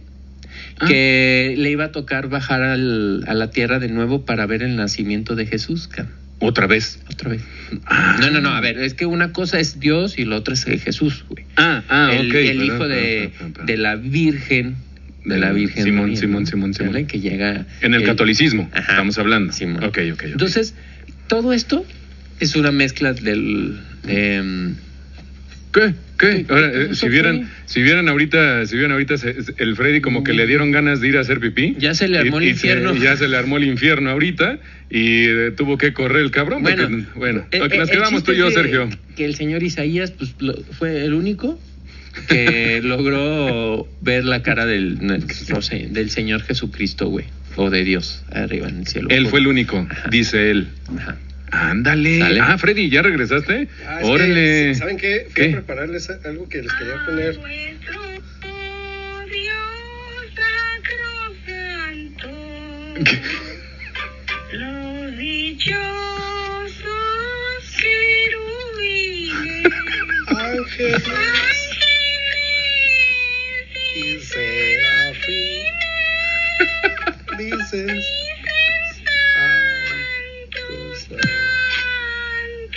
Speaker 2: Ah.
Speaker 1: que le iba a tocar bajar al- a la tierra de nuevo para ver el nacimiento de Jesús. cabrón.
Speaker 2: Otra vez.
Speaker 1: Otra vez. Ah. No, no, no, a ver, es que una cosa es Dios y la otra es Jesús, güey.
Speaker 2: Ah, ah,
Speaker 1: el,
Speaker 2: ok.
Speaker 1: el hijo de, de la Virgen, de la Virgen.
Speaker 2: Mm, Simón,
Speaker 1: María,
Speaker 2: Simón,
Speaker 1: ¿no?
Speaker 2: Simón, Simón.
Speaker 1: ¿Sale? Que llega...
Speaker 2: En el catolicismo,
Speaker 1: Ajá.
Speaker 2: estamos hablando.
Speaker 1: Simón.
Speaker 2: Ok, ok, ok.
Speaker 1: Entonces, todo esto es una mezcla del... em,
Speaker 2: ¿Qué? ¿Qué?
Speaker 1: ¿Qué-
Speaker 2: Ahora,
Speaker 1: qué
Speaker 2: eh,
Speaker 1: pasó,
Speaker 2: si vieran,
Speaker 1: Freddy?
Speaker 2: si vieran ahorita, si vieran ahorita se- se- el Freddy como que le dieron ganas de ir a hacer pipí.
Speaker 1: Mm. Ya se le
Speaker 2: Y-
Speaker 1: armó el
Speaker 2: y se-
Speaker 1: infierno.
Speaker 2: ya se le armó el infierno ahorita y eh, tuvo que correr el cabrón. porque-
Speaker 1: Bueno,
Speaker 2: Bueno,
Speaker 1: eh,
Speaker 2: ok,
Speaker 1: eh,
Speaker 2: nos
Speaker 1: el
Speaker 2: quedamos tú
Speaker 1: chiste
Speaker 2: y yo,
Speaker 1: es que-
Speaker 2: Sergio.
Speaker 1: Que el señor Isaías pues, lo- fue el único que logró ver la cara del, no sé, del señor Jesucristo, güey. O de Dios, arriba en el cielo.
Speaker 2: Él fue el único, dice él.
Speaker 1: Ajá.
Speaker 2: Ándale.
Speaker 1: Sale.
Speaker 2: Ah, Freddy, ¿ya regresaste?
Speaker 3: Ah, es que,
Speaker 2: Órale.
Speaker 3: ¿Saben qué? Fui
Speaker 2: ¿Qué?
Speaker 3: a prepararles algo que les quería poner.
Speaker 2: ¿Qué?
Speaker 5: Los dichosos querubines,
Speaker 3: Ángeles
Speaker 5: ángeles
Speaker 3: y serafín. Dices. santo, santo.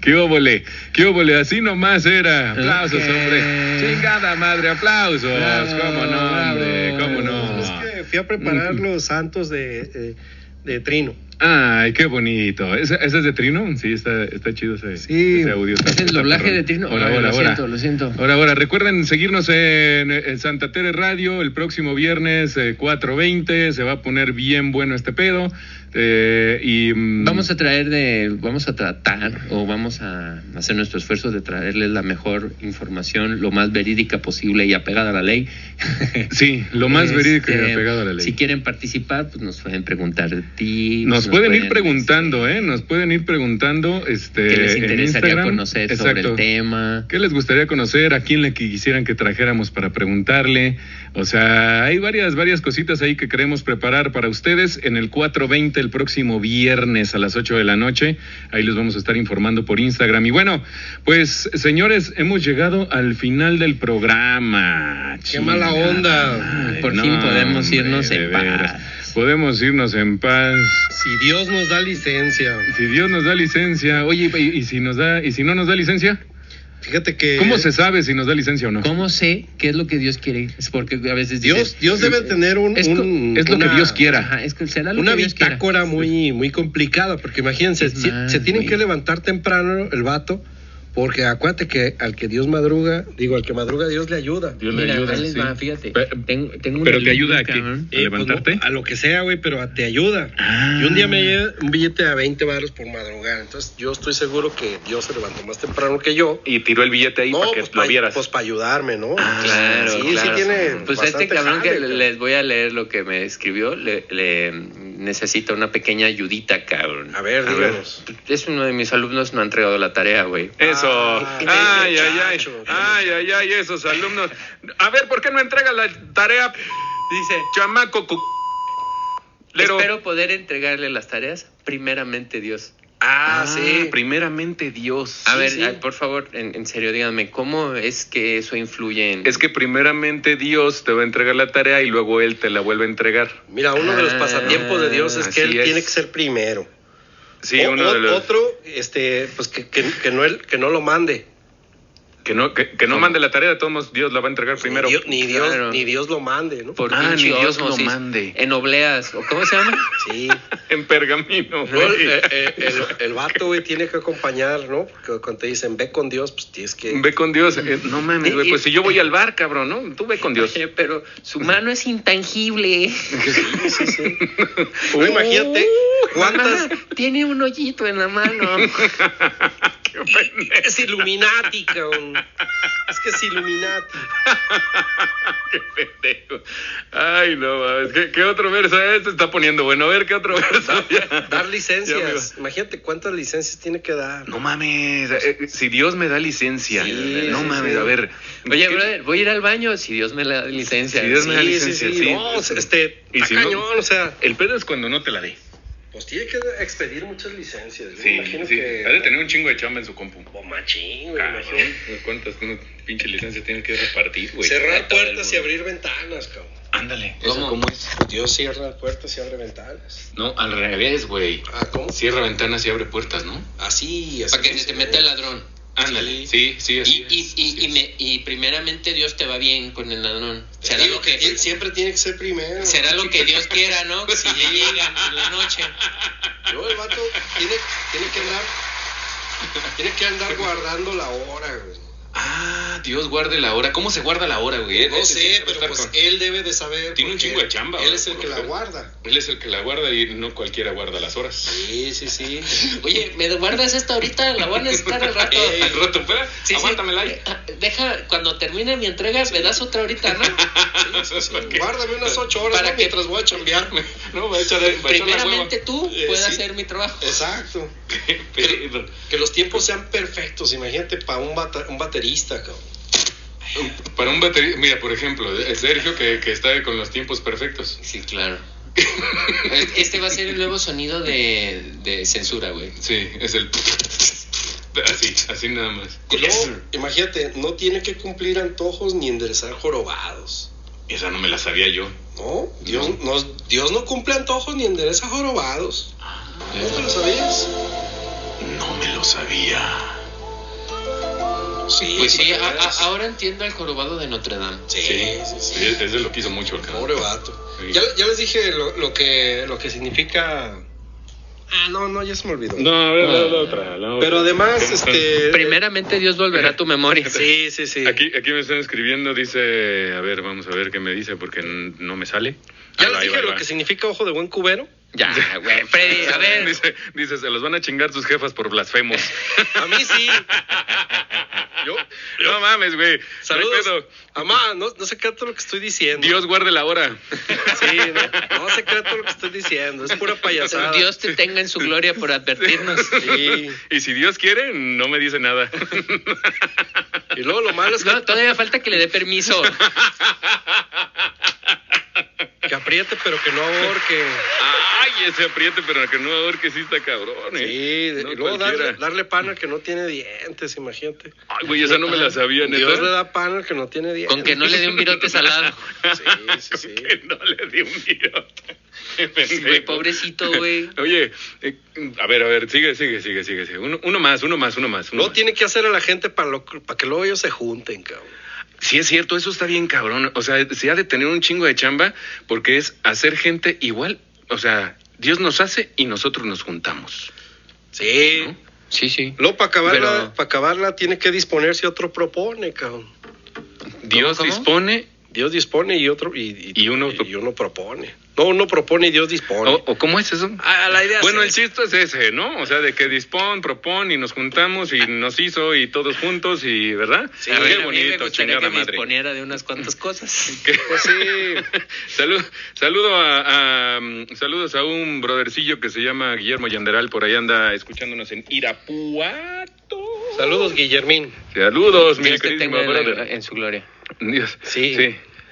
Speaker 2: ¿Qué óvole? ¿Qué óvole? Así nomás era. Aplausos,
Speaker 1: Ok.
Speaker 2: hombre. Chingada madre, aplausos.
Speaker 1: Bravo,
Speaker 2: ¿Cómo no, hombre?
Speaker 1: bravo.
Speaker 2: ¿Cómo no?
Speaker 3: Es que fui a preparar los santos de, eh, de Trino.
Speaker 2: Ay, qué bonito. ¿Ese, ese es de Trino? Sí, está, está chido ese,
Speaker 3: Sí.
Speaker 2: ese audio.
Speaker 1: Es el doblaje de Trino.
Speaker 2: Ahora,
Speaker 1: Ay,
Speaker 2: ahora,
Speaker 1: lo
Speaker 2: ahora.
Speaker 1: siento, lo siento.
Speaker 2: Ahora, ahora, recuerden seguirnos en, en Santa Tere Radio el próximo viernes eh, 4.20. Se va a poner bien bueno este pedo. Eh, y mm,
Speaker 1: Vamos a traer de, vamos a tratar o vamos a hacer nuestro esfuerzo de traerles la mejor información, lo más verídica posible y apegada a la ley.
Speaker 2: Sí, lo más
Speaker 1: Este,
Speaker 2: verídico y apegado a la ley.
Speaker 1: Si quieren participar, pues nos pueden preguntar de ti.
Speaker 2: Nos pueden ir preguntando, ¿eh? Nos pueden ir preguntando este,
Speaker 1: ¿Qué les
Speaker 2: en
Speaker 1: interesaría
Speaker 2: Instagram.
Speaker 1: conocer sobre
Speaker 2: Exacto.
Speaker 1: el tema?
Speaker 2: ¿Qué les gustaría conocer? ¿A quién le quisieran que trajéramos para preguntarle? O sea, hay varias, varias cositas ahí que queremos preparar para ustedes en el 420 el próximo viernes a las 8 de la noche. Ahí les vamos a estar informando por Instagram. Y bueno, pues señores, hemos llegado al final del programa.
Speaker 3: Qué mala onda.
Speaker 2: Ay,
Speaker 1: Por fin podemos irnos
Speaker 2: de
Speaker 1: en paz.
Speaker 2: veras. Podemos irnos en paz.
Speaker 3: Si Dios nos da licencia.
Speaker 2: Si Dios nos da licencia, oye, y, y si nos da, y si no nos da licencia,
Speaker 3: Fíjate que.
Speaker 2: ¿cómo se sabe si nos da licencia o no?
Speaker 1: ¿Cómo sé qué es lo que Dios quiere? Es porque a veces
Speaker 3: Dios,
Speaker 1: dicen,
Speaker 3: Dios debe tener un.
Speaker 1: Es co-
Speaker 3: un-
Speaker 2: Es lo que
Speaker 3: una-
Speaker 2: Dios quiera.
Speaker 1: Ajá, es que será lo
Speaker 3: Una
Speaker 1: que Dios quiera.
Speaker 3: bitácora muy, muy complicada, porque imagínense,
Speaker 1: Es
Speaker 3: si-
Speaker 1: más,
Speaker 3: se tienen
Speaker 1: güey.
Speaker 3: que levantar temprano el vato, porque acuérdate que al que Dios madruga, digo, al que madruga Dios le ayuda. Eh,
Speaker 1: Mira, ahí les va, fíjate.
Speaker 2: Pe-
Speaker 1: tengo, tengo
Speaker 2: pero
Speaker 1: una
Speaker 2: te ayuda
Speaker 1: libreta,
Speaker 2: a qué?
Speaker 1: ¿no?
Speaker 2: ¿A levantarte?
Speaker 3: pues, no, a lo que sea, güey, pero a- te ayuda.
Speaker 2: Ah.
Speaker 3: Yo un día me llevé un billete a 20 baros por madrugar, entonces yo estoy seguro que Dios se levantó más temprano que yo.
Speaker 2: Y tiró el billete ahí
Speaker 3: No, pues, pa- Pues para ayudarme, ¿no?
Speaker 1: Ah, Claro,
Speaker 3: sí,
Speaker 1: claro.
Speaker 3: sí tiene
Speaker 1: pues a este
Speaker 3: bastante
Speaker 1: cabrón que
Speaker 3: jale,
Speaker 1: le- les voy a leer lo que me escribió, le, le necesita una pequeña ayudita, cabrón.
Speaker 3: A ver, díganos.
Speaker 1: Es uno de mis alumnos, no ha entregado la tarea, güey.
Speaker 2: Eso.
Speaker 3: Ah,
Speaker 2: ay, ay, ay.
Speaker 3: chacho.
Speaker 2: Ay, ay, ay, esos alumnos. A ver, ¿por qué no entrega la tarea,
Speaker 1: Dice,
Speaker 2: chamaco? cu- Lero?
Speaker 1: espero poder entregarle las tareas, primeramente Dios.
Speaker 2: Ah,
Speaker 3: Ah,
Speaker 2: sí.
Speaker 3: sí.
Speaker 2: Primeramente Dios.
Speaker 1: A ver,
Speaker 3: sí.
Speaker 1: ay, por favor, en, en serio, díganme, ¿cómo es que eso influye en...?
Speaker 2: pues, Es que primeramente Dios te va a entregar la tarea y luego Él te la vuelve a entregar.
Speaker 3: Mira, uno de los
Speaker 1: Ah,
Speaker 3: pasatiempos de Dios es que
Speaker 2: así
Speaker 3: él
Speaker 2: es.
Speaker 3: tiene que ser primero.
Speaker 2: Sí,
Speaker 3: O-
Speaker 2: uno
Speaker 3: o-
Speaker 2: de los...
Speaker 3: Otro, este, pues que, que- que no, él- que no lo mande.
Speaker 2: Que no, que, que no mande la tarea, de todos modos Dios la va a entregar primero.
Speaker 3: Ni Dios, ni Dios,
Speaker 1: Claro.
Speaker 3: ni Dios lo mande, ¿no?
Speaker 1: Por
Speaker 2: Ah,
Speaker 1: pinche
Speaker 2: ni Dios lo
Speaker 1: ósmosis.
Speaker 2: mande.
Speaker 1: En obleas, ¿o cómo se llama?
Speaker 3: Sí.
Speaker 2: En pergamino,
Speaker 3: No,
Speaker 2: güey.
Speaker 3: eh, eh, el, el vato, güey, tiene que acompañar, ¿no? Porque cuando te dicen, ve con Dios, pues tienes que...
Speaker 2: Ve con Dios. eh, no mames, güey. Pues si yo voy al bar, cabrón, ¿no? Tú ve con Dios.
Speaker 1: Oye, pero su mano es intangible.
Speaker 3: Sí, sí. No, imagínate cuántas...
Speaker 1: Mamá, tiene un hoyito en la mano.
Speaker 2: Qué pendejo.
Speaker 3: Es Illuminati, cabrón. Es que es Illuminati.
Speaker 2: Qué pendejo. Ay, no mames. ¿Qué, qué otro verso es? Se está poniendo bueno. A ver, ¿qué otro verso?
Speaker 3: Dar
Speaker 2: Ya me va.
Speaker 3: licencias. Imagínate cuántas licencias tiene que dar.
Speaker 2: No mames, eh, eh, si Dios me da licencia.
Speaker 3: Sí,
Speaker 2: no
Speaker 3: sí,
Speaker 2: mames,
Speaker 3: sí.
Speaker 2: a ver.
Speaker 1: Oye,
Speaker 2: ¿qué-
Speaker 1: brother, voy a ir al baño si Dios me la da licencia.
Speaker 2: Si Dios me da
Speaker 1: Sí,
Speaker 2: licencia. sí.
Speaker 3: No, o sea, este,
Speaker 2: Y
Speaker 3: está
Speaker 2: si no-
Speaker 3: cañón, o sea.
Speaker 2: El pedo es cuando no te la dé.
Speaker 3: Pues tiene que expedir muchas licencias. güey.
Speaker 2: Sí,
Speaker 3: imagino
Speaker 2: sí.
Speaker 3: que.
Speaker 2: Ha de tener un chingo de chamba en su compu.
Speaker 3: Oh, machín, güey,
Speaker 2: Cabrón,
Speaker 3: imagino.
Speaker 2: ¿Cuántas pinche licencias tienes que repartir, güey?
Speaker 3: Cerrar
Speaker 2: Neta,
Speaker 3: puertas y
Speaker 2: del mundo.
Speaker 3: abrir ventanas, cabrón.
Speaker 2: Ándale.
Speaker 1: ¿Cómo?
Speaker 2: es?
Speaker 3: Dios cierra puertas y abre ventanas.
Speaker 2: No, al revés, güey.
Speaker 3: Ah, ¿cómo?
Speaker 2: Cierra ventanas y abre puertas, ¿no?
Speaker 3: Así, así.
Speaker 1: Para que se te meta el ladrón.
Speaker 2: Ándale. Sí, sí, así
Speaker 1: Y, y,
Speaker 2: es,
Speaker 1: y,
Speaker 2: así
Speaker 1: y,
Speaker 2: es.
Speaker 1: me- y primeramente Dios te va bien con el ladrón.
Speaker 3: Te
Speaker 1: Será
Speaker 3: digo
Speaker 1: lo
Speaker 3: que
Speaker 1: que,
Speaker 3: él siempre tiene que ser primero.
Speaker 1: será lo que Dios quiera, ¿no? Si le llegan en la noche.
Speaker 3: No, el vato tiene, tiene que andar. Tiene que andar guardando la hora, güey.
Speaker 2: Ah, Dios guarde la hora. ¿Cómo se guarda la hora, güey?
Speaker 3: No
Speaker 2: Ese
Speaker 3: sé,
Speaker 2: sí debe
Speaker 3: pero
Speaker 2: estar
Speaker 3: pues
Speaker 2: con-
Speaker 3: él debe de saber.
Speaker 2: Tiene un
Speaker 3: porque
Speaker 2: chingo de chamba,
Speaker 3: Él
Speaker 2: güey,
Speaker 3: es el
Speaker 2: por
Speaker 3: que
Speaker 2: lo
Speaker 3: la
Speaker 2: menos.
Speaker 3: guarda.
Speaker 2: Él es el que la guarda y no cualquiera guarda las horas.
Speaker 3: Sí, sí, sí.
Speaker 1: Oye, ¿me guardas esta ahorita? La voy a necesitar al rato.
Speaker 2: El rato, espera,
Speaker 1: Sí, sí.
Speaker 2: aguántamela ahí.
Speaker 1: Eh, ah, Deja, cuando termine mi entrega, me das otra ahorita, ¿no?
Speaker 2: ¿Para qué?
Speaker 3: Guárdame unas ocho horas
Speaker 1: Para
Speaker 3: ¿no?
Speaker 1: que-
Speaker 3: mientras voy a chambear.
Speaker 2: No, va a echar, va a echar
Speaker 1: Pues, Primeramente tú
Speaker 3: Eh,
Speaker 1: puedas
Speaker 3: sí.
Speaker 1: hacer mi trabajo.
Speaker 3: Exacto.
Speaker 2: la hueva.
Speaker 3: Que los tiempos sean perfectos. Imagínate para un, bata- un baterista, cabrón.
Speaker 2: Para un baterista, mira, por ejemplo, eh, el Sergio que, que está con los tiempos perfectos.
Speaker 1: Sí, claro. Este va a ser el nuevo sonido de, de censura, güey.
Speaker 2: Sí, es el... Así, así nada más.
Speaker 3: Y luego, imagínate, no tiene que cumplir antojos ni enderezar jorobados.
Speaker 2: Esa no me la sabía yo.
Speaker 3: ¿No? Dios no, Dios no cumple antojos ni endereza jorobados. ¿Nunca lo sabías?
Speaker 2: No me lo sabía.
Speaker 3: Sí,
Speaker 1: Pues sí,
Speaker 3: para
Speaker 1: a-
Speaker 3: que
Speaker 1: a-
Speaker 3: veas.
Speaker 1: ahora entiendo el jorobado de Notre Dame.
Speaker 3: Sí, sí, sí.
Speaker 2: Sí, ese lo quiso mucho acá.
Speaker 3: Pobre vato.
Speaker 2: Sí.
Speaker 3: Ya, ya les dije lo, lo que, lo que significa. Ah, no, no, ya se me olvidó.
Speaker 2: No, a ver, la, la otra. la otra.
Speaker 3: Pero además, este.
Speaker 1: Primeramente Dios volverá a tu memoria.
Speaker 3: Sí, sí, sí.
Speaker 2: Aquí, aquí me están escribiendo, dice, a ver, vamos a ver qué me dice porque n- no me sale.
Speaker 3: Ya les
Speaker 2: Ah, ahí va,
Speaker 3: dije
Speaker 2: ahí
Speaker 3: lo
Speaker 2: va.
Speaker 3: que significa ojo de buen cubero.
Speaker 1: Ya, güey. Freddy, a ver.
Speaker 2: Dice, dice, se los van a chingar sus jefas por blasfemos.
Speaker 3: A mí sí.
Speaker 2: Yo, no mames, güey.
Speaker 3: Saludos.
Speaker 2: Respeto.
Speaker 3: Amá, no, no se crea todo lo que estoy diciendo.
Speaker 2: Dios guarde la hora.
Speaker 3: Sí, no, no se crea todo lo que estoy diciendo. Es pura payasada.
Speaker 1: Dios te tenga en su gloria por advertirnos.
Speaker 3: Sí.
Speaker 2: Y si Dios quiere, no me dice nada.
Speaker 3: Y luego lo malo es que,
Speaker 1: No, todavía falta que le dé permiso.
Speaker 3: que apriete, pero que no ahorque.
Speaker 2: Ay, ese apriete, pero que no ahorque sí está cabrón,
Speaker 3: Sí,
Speaker 2: eh. No
Speaker 3: y luego
Speaker 2: cualquiera.
Speaker 3: darle, darle pan al que no tiene dientes, imagínate.
Speaker 2: Ay, güey, esa no me la sabía, neta.
Speaker 3: Dios le da pan al que no tiene dientes.
Speaker 1: Con que no le dé un virote salado.
Speaker 3: Sí, sí, sí.
Speaker 2: Que no le di un virote. Qué
Speaker 1: Sí, güey,
Speaker 2: pendejo.
Speaker 1: pobrecito, güey.
Speaker 2: Oye, eh, a ver, a ver, sigue, sigue, sigue, sigue. sigue. Uno, uno más, uno más, uno más. uno
Speaker 3: No
Speaker 2: más.
Speaker 3: tiene que hacer a la gente para, lo- para que luego ellos se junten, cabrón.
Speaker 2: Sí, es cierto, eso está bien cabrón. O sea, se ha de tener un chingo de chamba porque es hacer gente igual. O sea, Dios nos hace y nosotros nos juntamos.
Speaker 3: Sí.
Speaker 2: ¿No?
Speaker 1: Sí, sí.
Speaker 3: Luego, para acabarla,
Speaker 1: Pero-
Speaker 3: para acabarla, tiene que disponer si otro propone, cabrón.
Speaker 2: Dios
Speaker 1: cómo?
Speaker 2: dispone,
Speaker 3: Dios dispone y otro y,
Speaker 2: Y uno- Oh.
Speaker 3: y uno propone. No, uno propone y Dios dispone.
Speaker 2: o, o ¿cómo es eso?
Speaker 3: Ah, la idea
Speaker 2: Bueno, el
Speaker 3: es-
Speaker 2: chiste es ese, ¿no? O sea, de que dispón, propón y nos juntamos y nos hizo y todos juntos y, ¿verdad?
Speaker 1: Sí,
Speaker 2: Qué
Speaker 1: a mí me
Speaker 2: bonito,
Speaker 1: gustaría
Speaker 2: chingada
Speaker 1: que me
Speaker 2: madre.
Speaker 1: disponiera de unas cuantas cosas.
Speaker 2: ¿Qué?
Speaker 3: Pues sí.
Speaker 2: Salud- saludo a, a, mm, saludos a un brodercillo que se llama Guillermo Yanderal, por ahí anda escuchándonos en Irapuato.
Speaker 3: Saludos, Guillermín.
Speaker 2: Saludos, mi
Speaker 1: Dios te
Speaker 2: queridísimo
Speaker 1: tenga en, la-
Speaker 2: brother.
Speaker 1: en su gloria.
Speaker 2: Dios.
Speaker 3: Sí.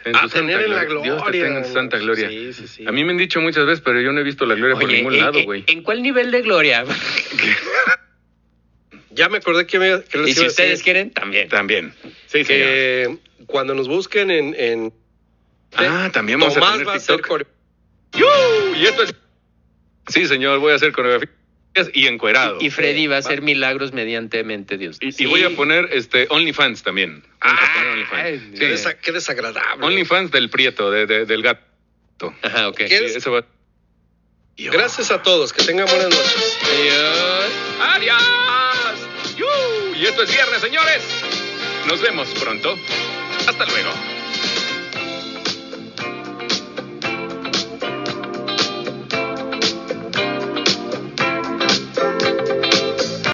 Speaker 2: En
Speaker 3: A
Speaker 2: su santa
Speaker 3: tener en la
Speaker 2: Dios te
Speaker 3: gloria.
Speaker 2: tenga en su santa gloria.
Speaker 3: Sí, sí, sí.
Speaker 2: A mí me han dicho muchas veces, pero yo no he visto la gloria por
Speaker 1: Oye, eh,
Speaker 2: ningún
Speaker 1: ¿en-
Speaker 2: lado,
Speaker 1: en-
Speaker 2: güey.
Speaker 1: ¿En cuál nivel de gloria?
Speaker 3: Ya me acordé que, me, que les
Speaker 1: Y
Speaker 3: iba
Speaker 1: si
Speaker 3: a decir
Speaker 1: ustedes quieren, también.
Speaker 2: También. Sí, sí.
Speaker 3: que cuando nos busquen en, en
Speaker 2: Ah, también vamos a
Speaker 3: Tomás
Speaker 2: tener
Speaker 3: va a ser
Speaker 2: TikTok.
Speaker 3: core-
Speaker 2: ¡Yu! Y esto es... Sí, señor, voy a hacer coreografía. y encuerado.
Speaker 1: Y Freddy va a hacer milagros mediante mente Dios.
Speaker 2: eh, Y, y voy a poner este OnlyFans también. Vamos a poner
Speaker 1: Ay,
Speaker 2: OnlyFans. Sí.
Speaker 3: Qué, desa- qué desagradable.
Speaker 2: OnlyFans del Prieto, de- de- del gato.
Speaker 1: Ajá, ok.
Speaker 2: Sí,
Speaker 3: ¿Qué?
Speaker 2: eso va.
Speaker 3: Gracias a todos. Que tengan buenas noches.
Speaker 1: Adiós.
Speaker 2: ¡Adiós! ¡Yu! Y esto es viernes, señores. Nos vemos pronto. Hasta luego.